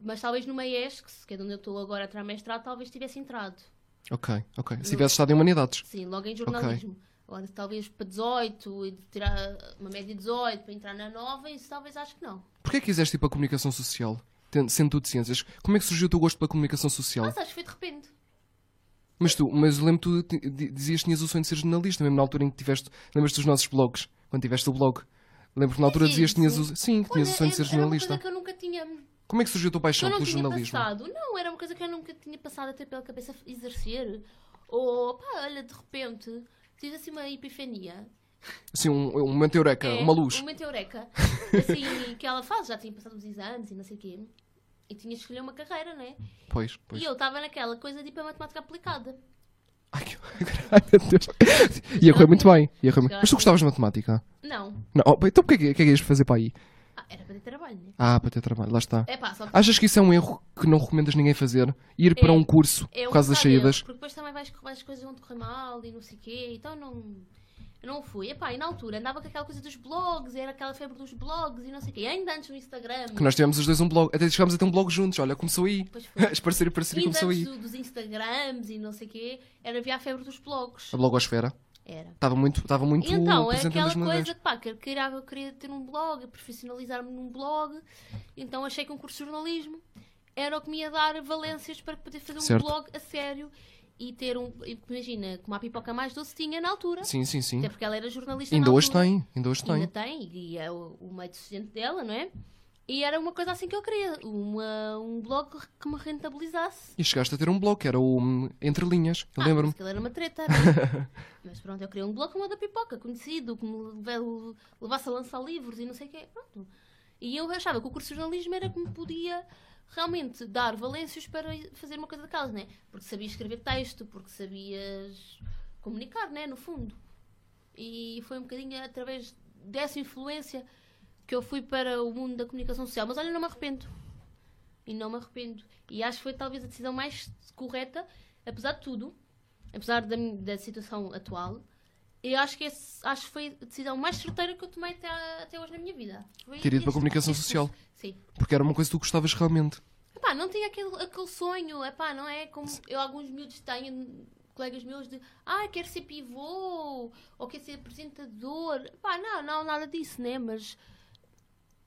mas talvez numa ESC, que é de onde eu estou agora a tirar mestrado, talvez tivesse entrado. Ok, ok. Se tivesses estado em humanidades. Sim, logo em jornalismo. Agora, talvez para 18 e de tirar uma média de 18 para entrar na nova, isso talvez acho que não. Porquê é que quiseste ir para a comunicação social? Tendo- Sendo tu de ciências, como é que surgiu o teu gosto pela comunicação social? Mas acho que foi de repente. Mas tu, mas eu lembro-te, tu di- dizias que tinhas o sonho de ser jornalista, mesmo na altura em que tiveste, lembras-te dos nossos blogs, quando tiveste o blog. Lembro-te na altura Sim, dizias que tinhas o, sim. sim, que tinhas Olha, o sonho de ser era- era uma coisa jornalista. que eu nunca tinha. Como é que surgiu a tua que eu paixão não pelo tinha jornalismo? passado. Não, era uma coisa que eu nunca tinha passado até pela cabeça exercer. Ou, pá, olha, de repente, tive assim uma epifania. Assim, um, um momento eureka, É, uma luz. Um momento eureka. Assim, que ela faz, já tinha passado uns exames e não sei o quê. E tinha de escolher uma carreira, né? Pois, pois. E eu estava naquela coisa de ir para a matemática aplicada. Ai, que... Ai, meu Deus. Ia correr muito bem. Ia correr muito- Mas tu gostavas de matemática? Não. Não, oh, então o que é que o que é que ias fazer para aí? Ah, era para ter trabalho, né? Ah, para ter trabalho, lá está. É pá, só que Achas que isso é um erro que não recomendas ninguém fazer? Ir para um curso é um por causa das bocado erro, saídas? Porque depois também vais, vais as coisas vão correr mal e não sei o quê. Então não. Eu não fui. Epá, e na altura andava com aquela coisa dos blogs, era aquela febre dos blogs e não sei o quê. Ainda antes no Instagram. Que nós tivemos os dois um blog, até chegámos a ter um blog juntos, olha, começou aí. Pois foi. As parceria parceria Ainda começou antes aí. do- dos Instagrams e não sei o quê, era havia a febre dos blogs. A blogosfera. Era. Estava muito, estava muito Então, é presente em aquela 2010. coisa que pá, que eu queria, eu queria ter um blog, profissionalizar-me num blog, então achei que um curso de jornalismo era o que me ia dar valências para poder fazer um Certo. blog a sério e ter um. e, Imagina, como a pipoca mais doce tinha na altura, Sim, sim, sim. até porque ela era jornalista. Ainda na hoje altura. tem, ainda hoje Ainda tem. tem, e é o, o meio de sustento dela, não é? E era uma coisa assim que eu queria, uma, um blog que me rentabilizasse. E chegaste a ter um blog, que era o hum, Entre Linhas, eu Ah, lembro-me. mas aquilo era uma treta. né? mas pronto, eu queria um blog como o da pipoca, conhecido, que me leve- levasse a lançar livros e não sei o quê. Pronto. E eu achava que o curso de jornalismo era que me podia realmente dar valências para fazer uma coisa daquelas, né? Porque sabias escrever texto, porque sabias comunicar, né? No fundo. E foi um bocadinho através dessa influência que eu fui para o mundo da comunicação social. Mas olha, não me arrependo. E não me arrependo. E acho que foi talvez a decisão mais correta, apesar de tudo, apesar da, minha- da situação atual. Eu acho que, esse- acho que foi a decisão mais certeira que eu tomei até, até hoje na minha vida. Foi Ter ido para a este- comunicação este social. curso. Sim. Porque era uma coisa que tu gostavas realmente. Epá, não tinha aquele, aquele sonho, epá, não é como eu alguns miúdos têm, colegas meus, de ah, quero ser pivô, ou quero ser apresentador. Epá, não, não, nada disso, né? Mas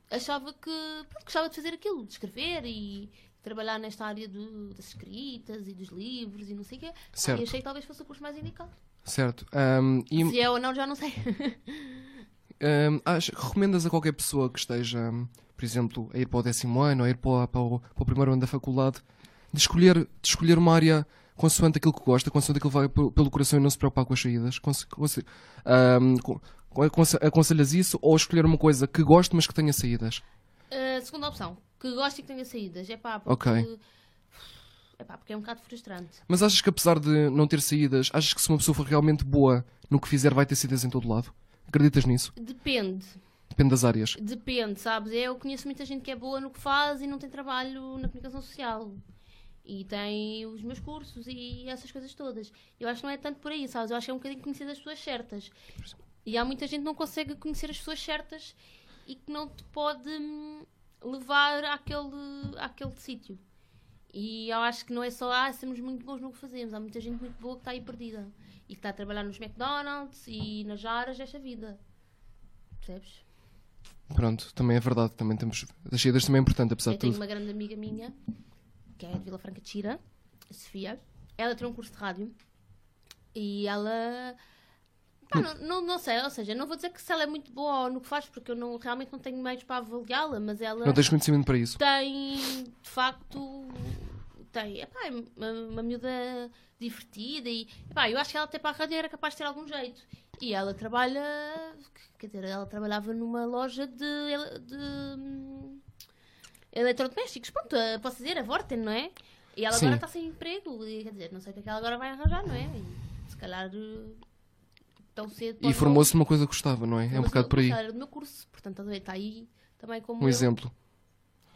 achava que pronto, gostava de fazer aquilo, de escrever e trabalhar nesta área do- das escritas e dos livros e não sei o quê. Pá, Certo. E achei que talvez fosse o curso mais indicado. Certo. Hum, e Se é ou não, já não sei. hum, acho- recomendas a qualquer pessoa que esteja, hum, por exemplo, a ir para o décimo ano ou a ir para, o- para o, para o primeiro ano da faculdade, de escolher, de escolher uma área consoante aquilo que gosta, consoante aquilo que vai pe- pelo coração e não se preocupar com as saídas. Conse- conse- ahm, co- aconse- aconselhas isso ou escolher uma coisa que goste, mas que tenha saídas? A Eh, segunda opção, que gosto e que tenha saídas. É pá, porque. Ok. É pá, porque é um bocado frustrante. Mas achas que apesar de não ter saídas, achas que se uma pessoa for realmente boa no que fizer, vai ter saídas em todo lado? Acreditas nisso? Depende, Depende das áreas. depende, sabes? Eu conheço muita gente que é boa no que faz e não tem trabalho na comunicação social. E tem os meus cursos e essas coisas todas. Eu acho que não é tanto por aí, sabes? Eu acho que é um bocadinho conhecer as pessoas certas. E há muita gente que não consegue conhecer as pessoas certas e que não te pode hum, levar àquele, àquele sítio. E eu acho que não é só, ah, sermos muito bons no que fazemos. Há muita gente muito boa que está aí perdida. E que está a trabalhar nos McDonald's e nas áreas desta vida. Percebes? Pronto, também é verdade. Também temos. As saídas também é importante, apesar Eu de tenho tudo. uma grande amiga minha, que é de Vila Franca de Xira, a Sofia. Ela tem um curso de rádio e ela. Hum. Pá, não, não, não sei, ou seja, não vou dizer que se ela é muito boa ou no que faz, porque eu não, realmente não tenho meios para avaliá-la, mas ela Não tens conhecimento para isso. tem, de facto, tem, epá, é uma, uma miúda divertida e, epá, eu acho que ela até para a rádio era capaz de ter algum jeito. E ela trabalha, quer dizer, ela trabalhava numa loja de, ele- de hum, eletrodomésticos, pronto, eh, posso dizer, a Vorten, não é? E ela Sim. agora está sem emprego, e, quer dizer, não sei o que é que ela agora vai arranjar, não é? E, se calhar eh, tão cedo... E pode- formou-se numa coisa que gostava, não é? É um formou-se bocado no- por aí. Era do meu curso, portanto, estás a ver, está aí também como Um eu, exemplo.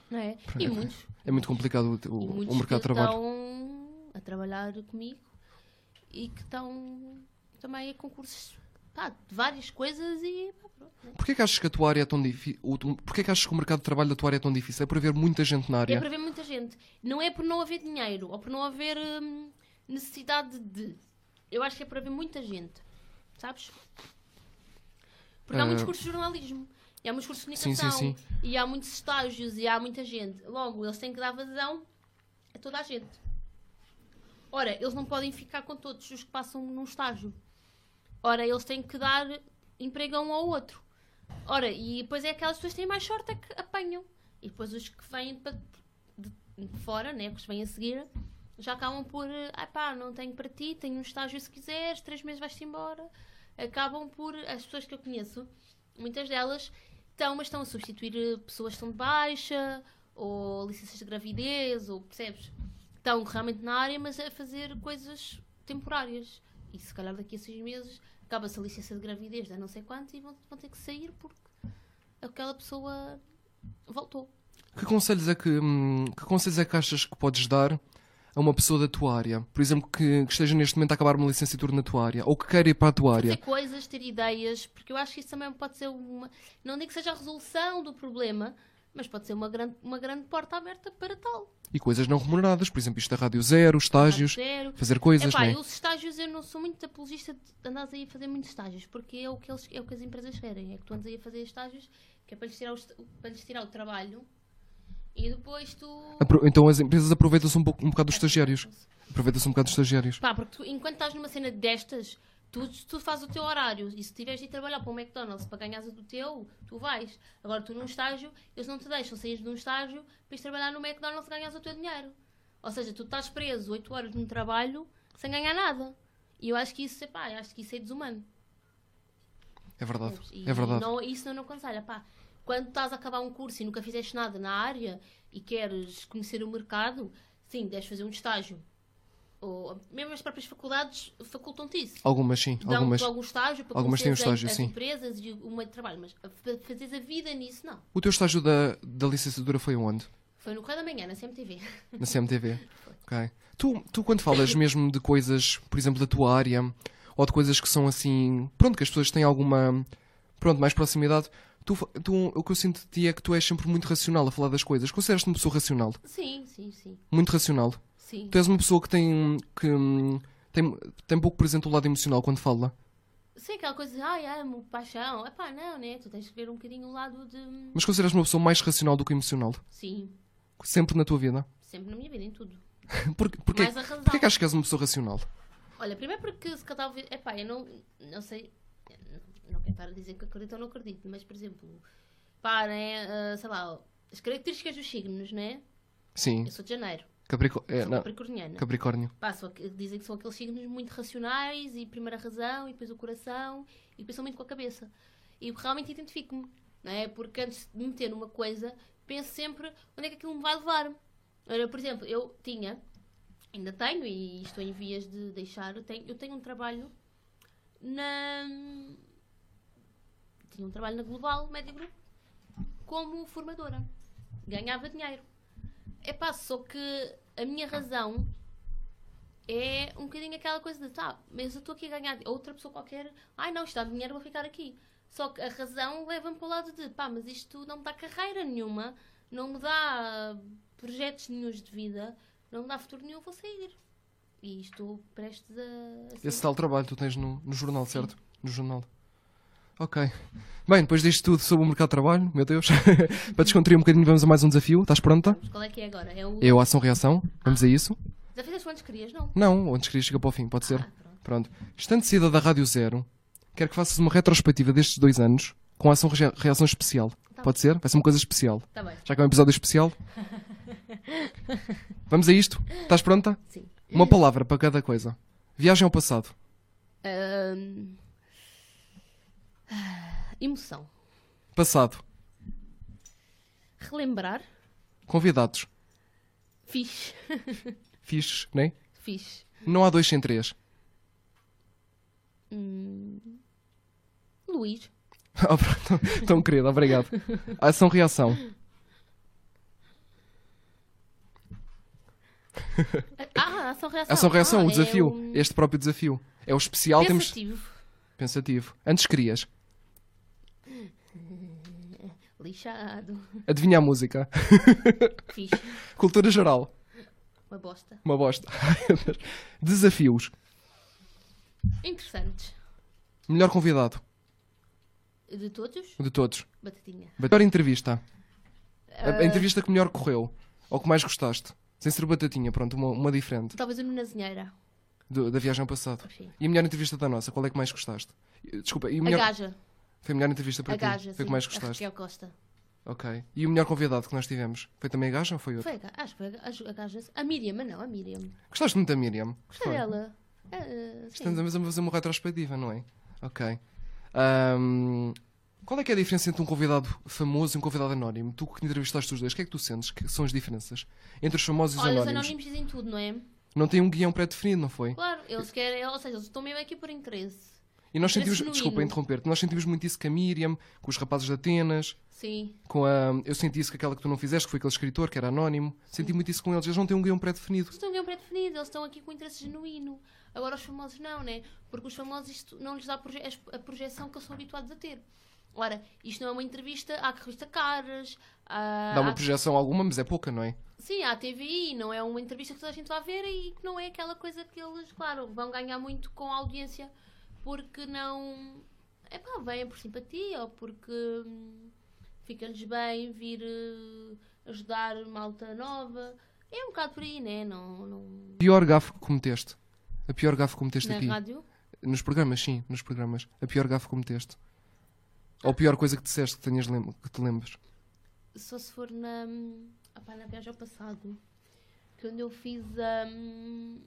Não é? E muitos. É muito complicado o, E o- muitos o mercado de que trabalho. estão a trabalhar comigo e que estão também a concursos pá, de várias coisas e pá, pronto. né? Porquê que achas que a tua área é tão difícil? Porquê que achas que o mercado de trabalho da tua área é tão difícil? É por haver muita gente na É área. para ver muita gente. Não é por não haver dinheiro ou por não haver hum, necessidade de. Eu acho que é por haver muita gente. Sabes? Porque há Eh, muitos cursos de jornalismo. E há muitos cursos de Sim, sim, sim. comunicação. E há muitos estágios e há muita gente. Logo, eles têm que dar vazão a toda a gente. Ora, eles não podem ficar com todos os que passam num estágio. Ora, eles têm que dar emprego a um ao outro. Ora, e depois é aquelas pessoas que têm mais sorte é que apanham. E depois os que vêm pa- de, de fora, né, que os vêm a seguir, já acabam por, eh, ah pá, não tenho para ti, tenho um estágio se quiseres, três meses vais-te embora. Acabam por, as pessoas que eu conheço, muitas delas estão, mas estão a substituir eh, pessoas que estão de baixa, ou licenças de gravidez, ou percebes? Estão realmente na área, mas a fazer coisas temporárias. E se calhar daqui a seis meses acaba-se a licença de gravidez de não sei quanto e vão, vão ter que sair porque aquela pessoa voltou. Que conselhos é que, hum, que conselhos é que achas que podes dar a uma pessoa da tua área? Por exemplo, que, que esteja neste momento a acabar uma licenciatura na tua área ou que queira ir para a tua Fazer área. coisas, ter ideias, porque eu acho que isso também pode ser uma. Não digo que seja a resolução do problema, mas pode ser uma grande, uma grande porta aberta para tal. E coisas não remuneradas, por exemplo, isto da Rádio Zero, estágios, Zero. fazer coisas, Epá, não é? eu os estágios eu não sou muito apologista de andares aí a fazer muitos estágios, porque é o que, eles, é o que as empresas querem, é que tu andas aí a fazer estágios, que é para lhes tirar o, est- para lhes tirar o trabalho e depois tu. Apro- Então as empresas aproveitam-se um, pouco- um bocado dos estagiários. Aproveitam-se um bocado dos estagiários. Pá, porque tu, enquanto estás numa cena destas, tu, tu fazes o teu horário e se tiveres de ir trabalhar para o McDonald's para ganhares o do teu, tu vais. Agora tu num estágio, eles não te deixam sair de um estágio para ires trabalhar no McDonald's e ganhares o teu dinheiro. Ou seja, tu estás preso 8 horas num trabalho sem ganhar nada. E eu acho que isso, epá, eu acho que isso é desumano. É verdade. percebes? E É verdade. não- isso eu não aconselho. Pá, quando estás a acabar um curso e nunca fizeste nada na área e queres conhecer o mercado, sim, deves fazer um estágio. Ou, mesmo as próprias faculdades facultam-te isso. Algumas sim, algumas. Dão-te algum estágio para algumas têm um conheceres as- estágio, as sim. empresas e o meio de trabalho, mas a- fa- fazeres a vida nisso, não. O teu estágio da, da licenciatura foi onde? Foi no Correio da Manhã, na CMTV. Na CMTV. Ok. Tu, tu quando falas mesmo de coisas, por exemplo, da tua área, ou de coisas que são assim, pronto, que as pessoas têm alguma, pronto, mais proximidade, tu, fa- tu, o que eu sinto de ti é que tu és sempre muito racional a falar das coisas. Consideras-te uma pessoa racional, Sim, sim, sim. muito racional. sim. Tu és uma pessoa que tem, que hum, tem, tem pouco presente o lado emocional quando fala. Sim, aquela coisa de, ai, amo, paixão. É pá, não, né? Tu tens de ver um bocadinho o lado de. hum, Mas consideras-te uma pessoa mais racional do que emocional, Sim, sempre na tua vida. sempre na minha vida, em tudo. Porquê, porquê, Mais a razão. porquê que achas que és uma pessoa racional? Olha, primeiro porque se calhar talvez. Epá, eu não, não sei. Não, não quero estar a dizer que acredito ou não acredito, mas por exemplo, pá, né? ah, sei lá, as características dos signos, né? Sim, Eu sou de janeiro. Capricó- é, Sou não, capricorniana. Capricórnio. Pá, sou aqu- dizem que são aqueles signos muito racionais e primeira razão e depois o coração e pensam muito com a cabeça. E eu realmente identifico-me, não é? Porque antes de me meter numa coisa, penso sempre onde é que aquilo me vai levar. Ora, por exemplo, eu tinha, ainda tenho, e estou em vias de deixar, eu tenho, eu tenho um trabalho na. Tinha um trabalho na Global Media Group como formadora. Ganhava dinheiro. É pá, só que a minha razão é um bocadinho aquela coisa de tá, mas eu estou aqui a ganhar. di-" Outra pessoa qualquer, ai não, isto dá dinheiro, vou ficar aqui. Só que a razão leva-me para o lado de pá, mas isto não me dá carreira nenhuma, não me dá ah, projetos nenhuns de vida, não me dá futuro nenhum, vou sair. E estou prestes a. a sair. Esse tal trabalho tu tens no, no jornal, certo? No jornal. Ok. Bem, depois disto tudo sobre o mercado de trabalho, meu Deus. Para descontrair um bocadinho, vamos a mais um desafio. Estás pronta? Mas Qual é que é agora? É o. Eu, ação-reação. Vamos a isso? Já fizeste quantos querias, não? Não, antes queria chegar para o fim, pode ser? Ah, Pronto. pronto. Estando saída da Rádio Zero, quero que faças uma retrospectiva destes dois anos com ação-reação especial. Tá Pode ser? Vai ser uma coisa especial. Está tá bem. Já que é um episódio especial. Vamos a isto? Estás pronta? Sim. Uma palavra para cada coisa. Viagem ao passado. Ahm, ah, Emoção. Passado. Relembrar. Convidados. Fixe. Fixes, nem? Fixe. Não há dois sem três. Hum... Luís. Oh, pronto. Tão querido, obrigado. Ação-reação. Ah, ação-reação. Ação-reação, Ah, o é desafio. um Este próprio desafio. É o especial, temos. Pensativo. Pensativo. Antes querias. Lixado. Adivinha a música. Fixe. Cultura geral. Uma bosta. Uma bosta. Desafios. Interessantes. Melhor convidado De todos, de todos. batatinha. Melhor entrevista. A, Ah. a entrevista que melhor correu. Ou que mais gostaste. Sem ser batatinha, pronto, uma, uma diferente. Talvez o Nuno Azinheira. do- da viagem ao passado. Sim. E a melhor entrevista da nossa, qual é que mais gostaste? E- Desculpa, e o A melhor... gaja. foi a melhor entrevista para A gaja, ti? Foi o sim. que mais A gostaste? Raquel Costa. Ok. E o melhor convidado que nós tivemos? Foi também a gaja ou foi outro? Foi a gaja. Acho que foi a ga- a gaja. A Miriam, mas não, a Miriam. Gostaste muito da Miriam? Gostei Foi. dela. Ah, sim. Estamos a mesma fazer uma retrospectiva, não é? Ok. Ahm, qual é que é a diferença entre um convidado famoso e um convidado anónimo? Tu que entrevistaste os dois, o que é que tu sentes que são as diferenças entre os famosos e os Olha, os anónimos? anónimos dizem tudo, não é? Não tem um guião pré-definido, não foi? Claro, eles querem, ou seja, eles estão mesmo aqui por interesse. E nós sentimos, genuíno. desculpa interromper-te, nós sentimos muito isso com a Miriam, com os rapazes de Atenas, Sim. com a. Eu senti isso com aquela que tu não fizeste, que foi aquele escritor que era anónimo. Senti muito isso com eles. Eles não têm um guião pré-definido. Eles estão bem pré-definidos, eles estão aqui com interesse genuíno. Agora os famosos não, né? Porque os famosos isto não lhes dá proje- as- a projeção que eles são habituados a ter. Ora, isto não é uma entrevista, há que revista caras, há, Dá uma há- projeção alguma, mas é pouca, não é? sim, há TVI, não é uma entrevista que toda a gente vai ver e que não é aquela coisa que eles, claro, vão ganhar muito com a audiência porque não. É pá, vêm por simpatia ou porque hum, fica-lhes bem vir eh, ajudar malta nova. É um bocado por aí, né? Não. não... Pior gafo que cometeste. A pior gafo que cometeste Na aqui. rádio. Nos programas, sim, nos programas. A pior gafo que cometeste. Ou a pior coisa que disseste que, tenhas lem- que te lembres. Só se for na. ah pá, na viagem ao passado. Que onde eu fiz hum,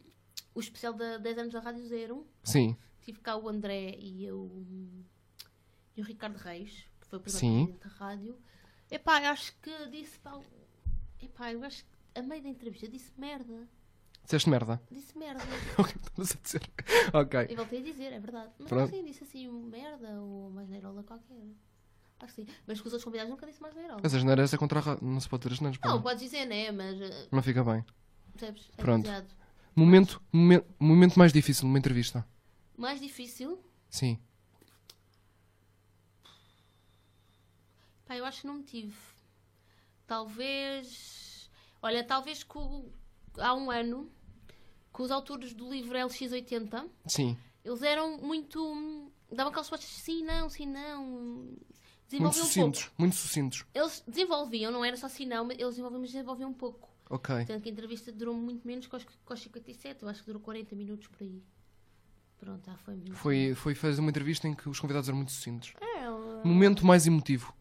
o especial de 10 anos da Rádio Zero. Sim. Tive cá o André e eu. hum, E o Ricardo Reis, que foi o Sim. primeiro presidente da rádio. Epá, eu acho que disse. Pá, epá, eu acho que a meio da entrevista disse merda. Disseste merda. Disse merda. É o que estavas a dizer. E Ok. voltei a dizer, é verdade. Mas Pronto. acho que sim, disse assim merda ou mais neirola qualquer. Acho que sim. Mas com os outros convidados nunca disse mais neirola. Mas as neiras é contra a ra... Não se pode ter as neiras. pá, Não, Não, podes dizer, né? Mas. eh, não fica bem. Percebes? É Pronto. demasiado. Momento, momen- momento mais difícil numa entrevista. Mais difícil? Sim. Pá, eu acho que não tive. Talvez. Olha, talvez que o- há um ano, com os autores do livro LX80, Sim. eles eram muito. hum, davam aquelas respostas sim, não, sim, não. hum, Muito Desenvolviam um pouco. sucintos. Muito sucintos. Eles desenvolviam, não era só sim, não, mas eles desenvolviam, mas desenvolviam um pouco. Ok. Tanto que a entrevista durou muito menos que aos, que aos 57, eu acho que durou 40 minutos por aí. Pronto, já foi muito. Foi, foi fazer uma entrevista em que os convidados eram muito sucintos. É, o- Momento mais emotivo.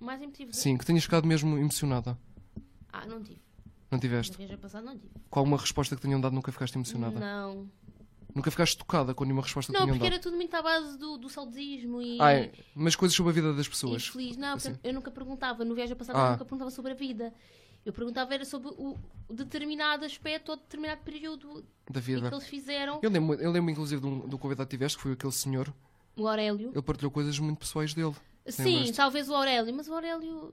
mais emotivo. Sim, que tenhas ficado mesmo emocionada. Ah, não tive. Não Na tiveste? viagem passada não tive. Com alguma resposta que tenham dado, nunca ficaste emocionada? Não. Nunca ficaste tocada com nenhuma resposta que Não, tenham porque dado? era tudo muito à base do, do saudismo e, Ai, mas coisas sobre a vida das e pessoas. feliz. Não, Ah, é, Assim. eu nunca perguntava. No viagem passada Ah. eu nunca perguntava sobre a vida. Eu perguntava era sobre o o determinado aspecto ou determinado período Da e que vida. eles fizeram. Eu lembro, eu lembro inclusive de um, do convidado que tiveste, que foi aquele senhor. O Aurélio. Ele partilhou coisas muito pessoais dele. Sim, Lembras-te? talvez o Aurélio, mas o Aurélio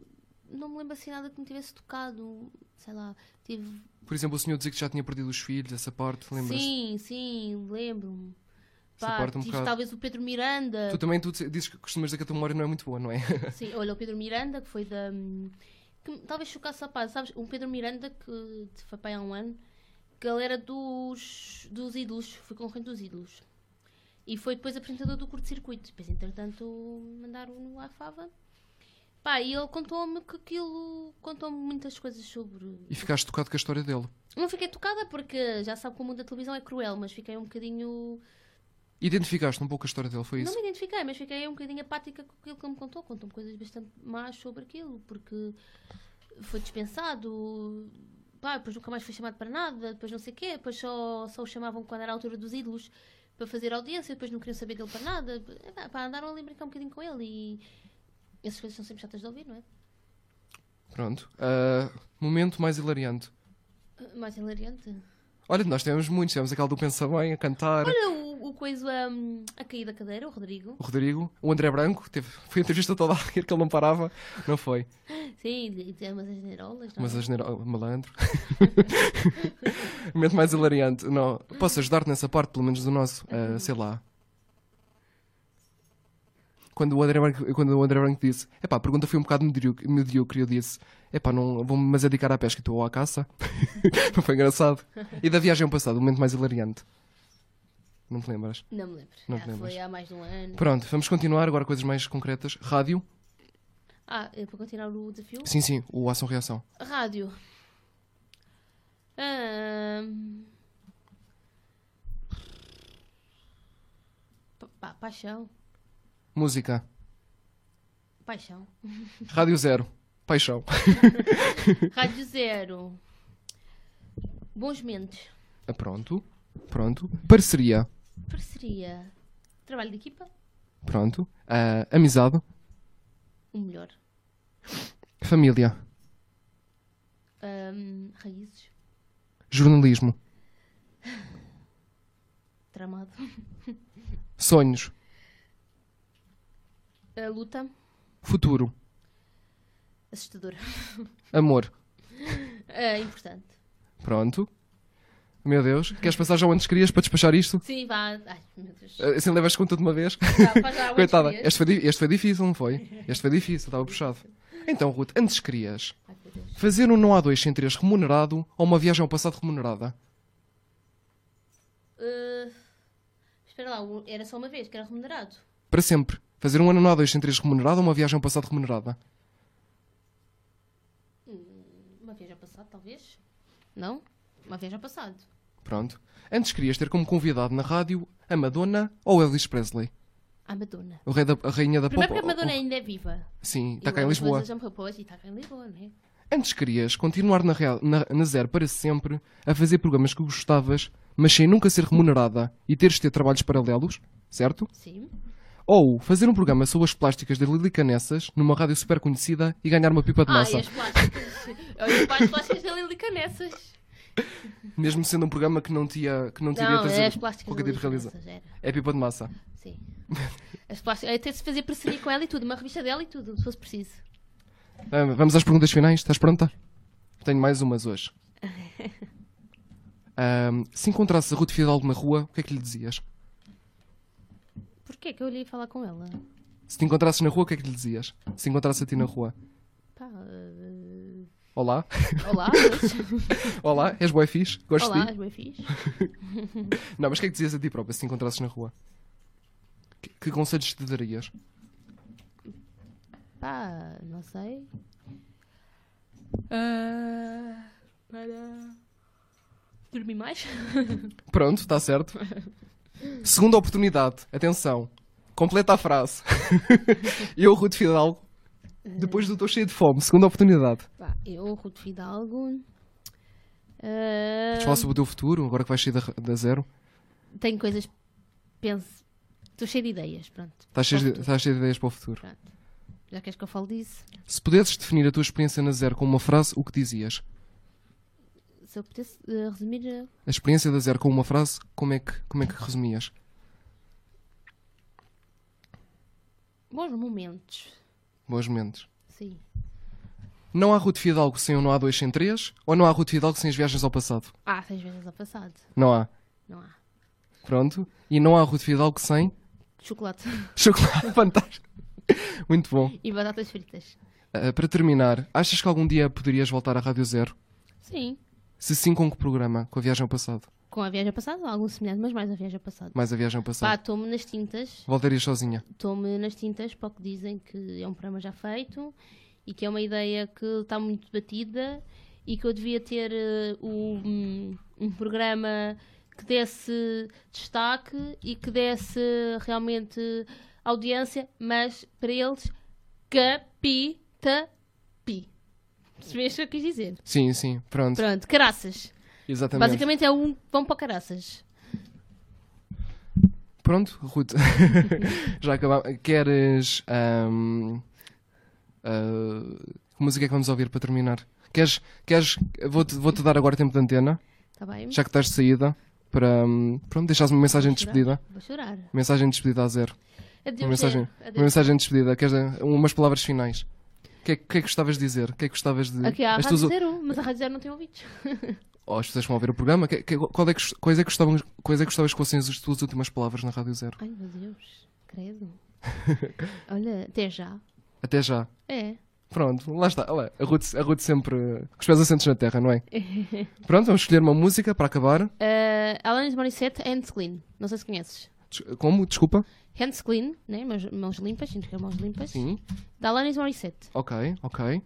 não me lembro assim nada que me tivesse tocado. Sei lá, tive. Por exemplo, o senhor dizer que já tinha perdido os filhos, essa parte, lembras? Sim, sim, lembro-me. Essa Pá, parte um tive bocado. talvez o Pedro Miranda. Tu também tu dizes que costumas dizer que a tua memória não é muito boa, não é? Sim, olha, o Pedro Miranda, que foi da. hum, que talvez chocasse a paz, sabes? Um Pedro Miranda, que foi pai há um ano, que ele era dos, dos ídolos, foi concorrente dos ídolos. E foi depois apresentador do curto-circuito. Depois, entretanto, mandaram-no à fava. Pá, e ele contou-me que aquilo. contou-me muitas coisas sobre. E ficaste tocado com a história dele. Não fiquei tocada porque já sabe que o mundo da televisão é cruel, mas fiquei um bocadinho. Identificaste um pouco a história dele, foi Não isso? me identifiquei, mas fiquei um bocadinho apática com aquilo que ele me contou. Contou-me coisas bastante más sobre aquilo, porque foi dispensado, pá, depois nunca mais foi chamado para nada, depois não sei o quê, depois só, só o chamavam quando era a altura dos ídolos para fazer audiência, depois não queriam saber dele para nada. Pá, Pá, andaram ali a brincar um bocadinho com ele e essas coisas são sempre chatas de ouvir, não é? Pronto. Ah, momento mais hilariante. Ah, Mais hilariante. Olha, nós tivemos muitos, tivemos aquele do Pensa Bem, a cantar, Olha o, o coiso hum, a cair da cadeira, o Rodrigo. o Rodrigo, o André Branco, teve, foi a entrevista toda a rir que ele não parava, não foi? Sim, e tem umas asneirolas, não é? Mas a genera... malandro. momento mais hilariante. Não, posso ajudar-te nessa parte, pelo menos do nosso, ah, sei lá. Quando o André Branco, quando o André Branco disse, epá, a pergunta foi um bocado medíocre, medíocre eu disse, epá, não, vou-me mas dedicar à pesca e estou à caça. foi engraçado. E da viagem ao passado, o momento mais hilariante. Não te lembras? Não me lembro. Não Ah, te lembras. foi há mais de um ano. Pronto, vamos continuar agora coisas mais concretas. Rádio? Ah, é para continuar o desafio? Sim, sim, o Ação-Reação. Rádio. Ahn. Pa- pa- paixão. Música. Paixão. Rádio Zero. Paixão. Rádio Zero. Bons Mentes. Ah, Pronto, pronto. Parceria, Parceria. Trabalho de equipa. pronto. Ah, amizade, O melhor. família, Ahm, raízes. jornalismo, Tramado. sonhos, A luta. futuro, Assustadora. amor, Ah, importante. pronto. Meu Deus, queres passar já onde querias para despachar isto? Sim, vá. Ai, meu Deus. Ah, Assim levas conta de uma vez? Já, faz já, Coitada, antes este foi, di- este foi difícil, não foi? Este foi difícil, estava puxado. Então, Ruth, antes querias Ai, meu Deus. fazer um não há dois sem três remunerado ou uma viagem ao passado remunerada? Ah, espera lá, o- era só uma vez que era remunerado. Para sempre. Fazer um ano não há dois sem três remunerado ou uma viagem ao passado remunerada? Uma vez ao passado, talvez? Não? Uma vez ao passado. Pronto. Antes querias ter como convidado na rádio a Madonna ou Elvis Presley? A Madonna. O rei da, a rainha da Primeiro pop. porque a Madonna o- ainda é viva. Sim, E está tá o cá em Elvis Lisboa. Presley já morreu, pois, e está cá em Lisboa, não é? Antes querias continuar na, real- na- na zero para sempre, a fazer programas que gostavas, mas sem nunca ser remunerada e teres de ter trabalhos paralelos, certo? Sim. Ou fazer um programa sobre as plásticas da Lili Canessas numa rádio super conhecida e ganhar uma pipa de Ah, massa. e as plásticas. Olha, para as plásticas da Lili Canessas. Mesmo sendo um programa que não tinha que não tinha Não, trazer é as plásticas da qualquer dia Lili de realizar. Canessas, era. É pipa de massa. Sim. As plásticas. Até se fazer parceria com ela e tudo, uma revista dela e tudo, se fosse preciso. Ah, Vamos às perguntas finais, estás pronta? Tenho mais umas hoje. Ahm, se encontrasses a Ruth Fidalgo na rua, o que é que lhe dizias? Porquê que eu lhe ia falar com ela? Se te encontrasses na rua, o que é que lhe dizias? Se encontrasses a ti na rua, Pá. eh, olá, Olá, mas- olá, és boa fixe, gosto Olá, de és bem fixe. ti. Não, mas o que é que dizias a ti própria se te encontrasses na rua? Que, que conselhos te darias? Pá, Tá, não sei. Ah, para. Dormir mais? Pronto, está certo. Segunda oportunidade, atenção, completa a frase. Eu, Ruth Fidalgo, depois do estou cheio de fome, segunda oportunidade. Pá, eu, Ruto Fidalgo. Ah, Queres falar sobre o teu futuro, agora que vais sair da, da zero? tenho coisas. Penso. Estou cheia de ideias, pronto. Estás cheio, de, Para o futuro. estás cheio de ideias para o futuro. Já queres que eu fale disso? Se pudesses definir a tua experiência na zero com uma frase, o que dizias? Se eu pudesse eh, resumir. eh, A experiência da zero com uma frase, como é que, como é que resumias? bons momentos. Boas mentes. Sim. Não há Ruth Fidalgo sem o Não Há Dois Sem Três? Ou não há Ruth Fidalgo sem as viagens ao passado? Ah, seis vezes ao passado. Não há. Não há. Pronto. E não há Ruth Fidalgo sem Chocolate chocolate fantástico. Muito bom. e batatas fritas. Ah, para terminar, achas que algum dia poderias voltar à Rádio Zero? Sim. Se sim, com que programa? Com a viagem ao passado? Com a viagem ao passado, algo semelhante, mas mais a viagem ao passado. Mais a viagem ao Pá, passado? estou-me nas tintas. Voltarias sozinha? Estou-me nas tintas para o que dizem que é um programa já feito e que é uma ideia que está muito debatida e que eu devia ter eh, um, um programa que desse destaque e que desse realmente audiência, mas para eles capita-pi. Percebeste o que eu quis dizer? Sim, sim. Pronto. Pronto, caraças. Exatamente. Basicamente é um pão para caraças. Pronto, Ruth. Já acabamos. Queres. ahm, ah, que música é que vamos ouvir para terminar? Queres. queres Vou-te vou -te dar agora tempo de antena, Está Tá bem? já que estás de saída, para. ahm, pronto, deixares uma mensagem de despedida. Vou chorar. Mensagem de despedida a zero. Adeus, Uma mensagem, Zé. uma mensagem de despedida. Queres dar umas palavras finais? O que, é, que é que gostavas de dizer? O que é que gostavas de. Aqui há a as Rádio tuas- Zero, mas a Rádio Zero não tem ouvidos. ou as pessoas que vão ouvir o programa? Que, que, qual é que, gost- quais, é que gostavas, quais é que gostavas que fossem as tuas últimas palavras na Rádio Zero? Ai, meu Deus, credo. Olha, até já. Até já. É. Pronto, lá está. Olha, a Ruth, a Ruth sempre. eh, com os pés assentes na terra, não é? Pronto, vamos escolher uma música para acabar. Eh, Uh, Alanis Morissette, Hands Clean. Não sei se conheces. Des- Como? Desculpa. Hands Clean, né? Mãos, mãos limpas, gente que é mãos limpas. Sim. Da Alanis Morissette. Ok, ok.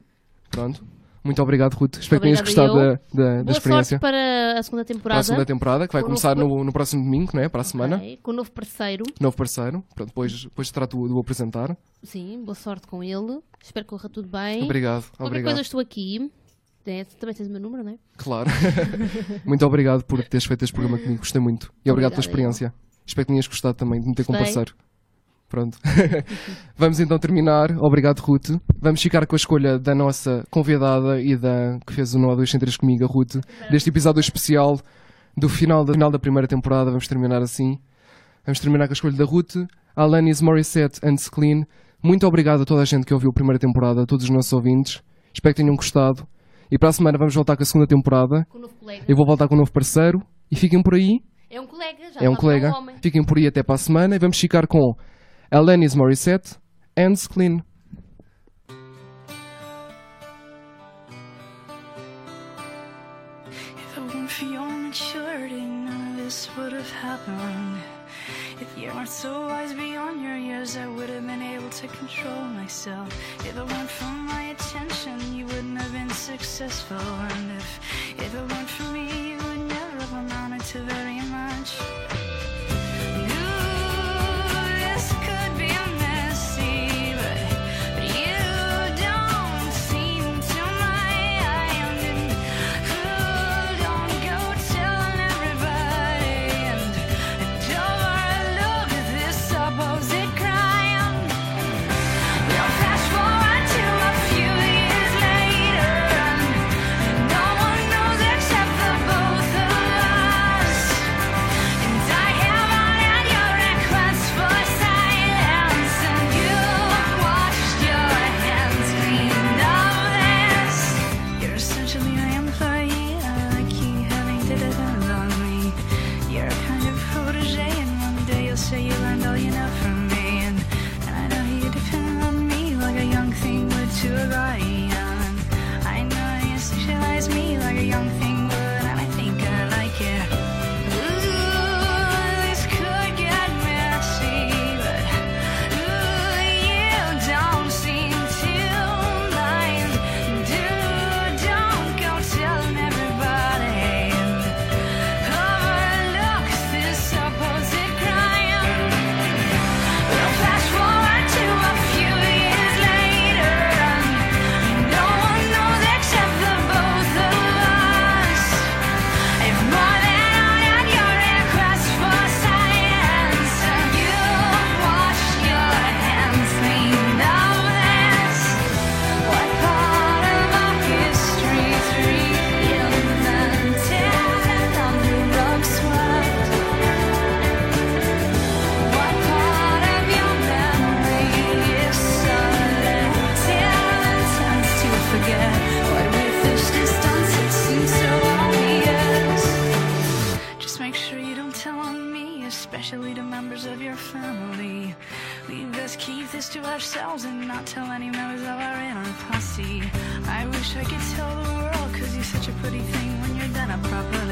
Pronto. Muito obrigado, Ruth. Espero que tenhas Obrigada gostado da, É, da, da Boa experiência. sorte para a segunda para temporada. a segunda temporada, que vai Com o começar novo- no, no próximo domingo, não é? Para a semana. Ok, Com o novo parceiro. Novo parceiro. Pronto, depois, depois trato de o apresentar. Sim, boa sorte com ele. Espero que corra tudo bem. Obrigado, Qualquer obrigado. coisa eu estou aqui. Né, tu Também tens o meu número, não é? Claro. muito obrigado por teres feito este programa comigo. Gostei muito. E obrigado pela Obrigada, experiência. Espero que tenhas gostado também de me ter como Gostei. parceiro. Pronto. Vamos então terminar. Obrigado, Ruth. Vamos ficar com a escolha da nossa convidada e da que fez o No 203 comigo, a Ruth, deste episódio especial do final da, final da primeira temporada. Vamos terminar assim. Vamos terminar com a escolha da Ruth, Alanis Morissette and Clean. Muito obrigado a toda a gente que ouviu a primeira temporada, a todos os nossos ouvintes. Espero que tenham gostado. E para a semana vamos voltar com a segunda temporada. Com o novo colega. Eu vou voltar com um novo parceiro. E fiquem por aí. É um colega, já É um sabe, colega. um homem. Fiquem por aí até para a semana. E vamos ficar com Alanis Morissette and Clean. If it weren't for your maturity, none of this would have happened. If you weren't so wise beyond your years, I would have been able to control myself. If it weren't for my attention, you wouldn't have been successful. And if, if it weren't for me, you would never have amounted to very much. This could be messy, but you don't seem to mind. Don't go telling everybody. And don't look at this supposed crime. We'll fast forward to a few years later, and no one knows except the both of us. ourselves and not tell any members of our inner posse. I wish I could tell the world, cause you're such a pretty thing when you're done up proper. Oh, Oh,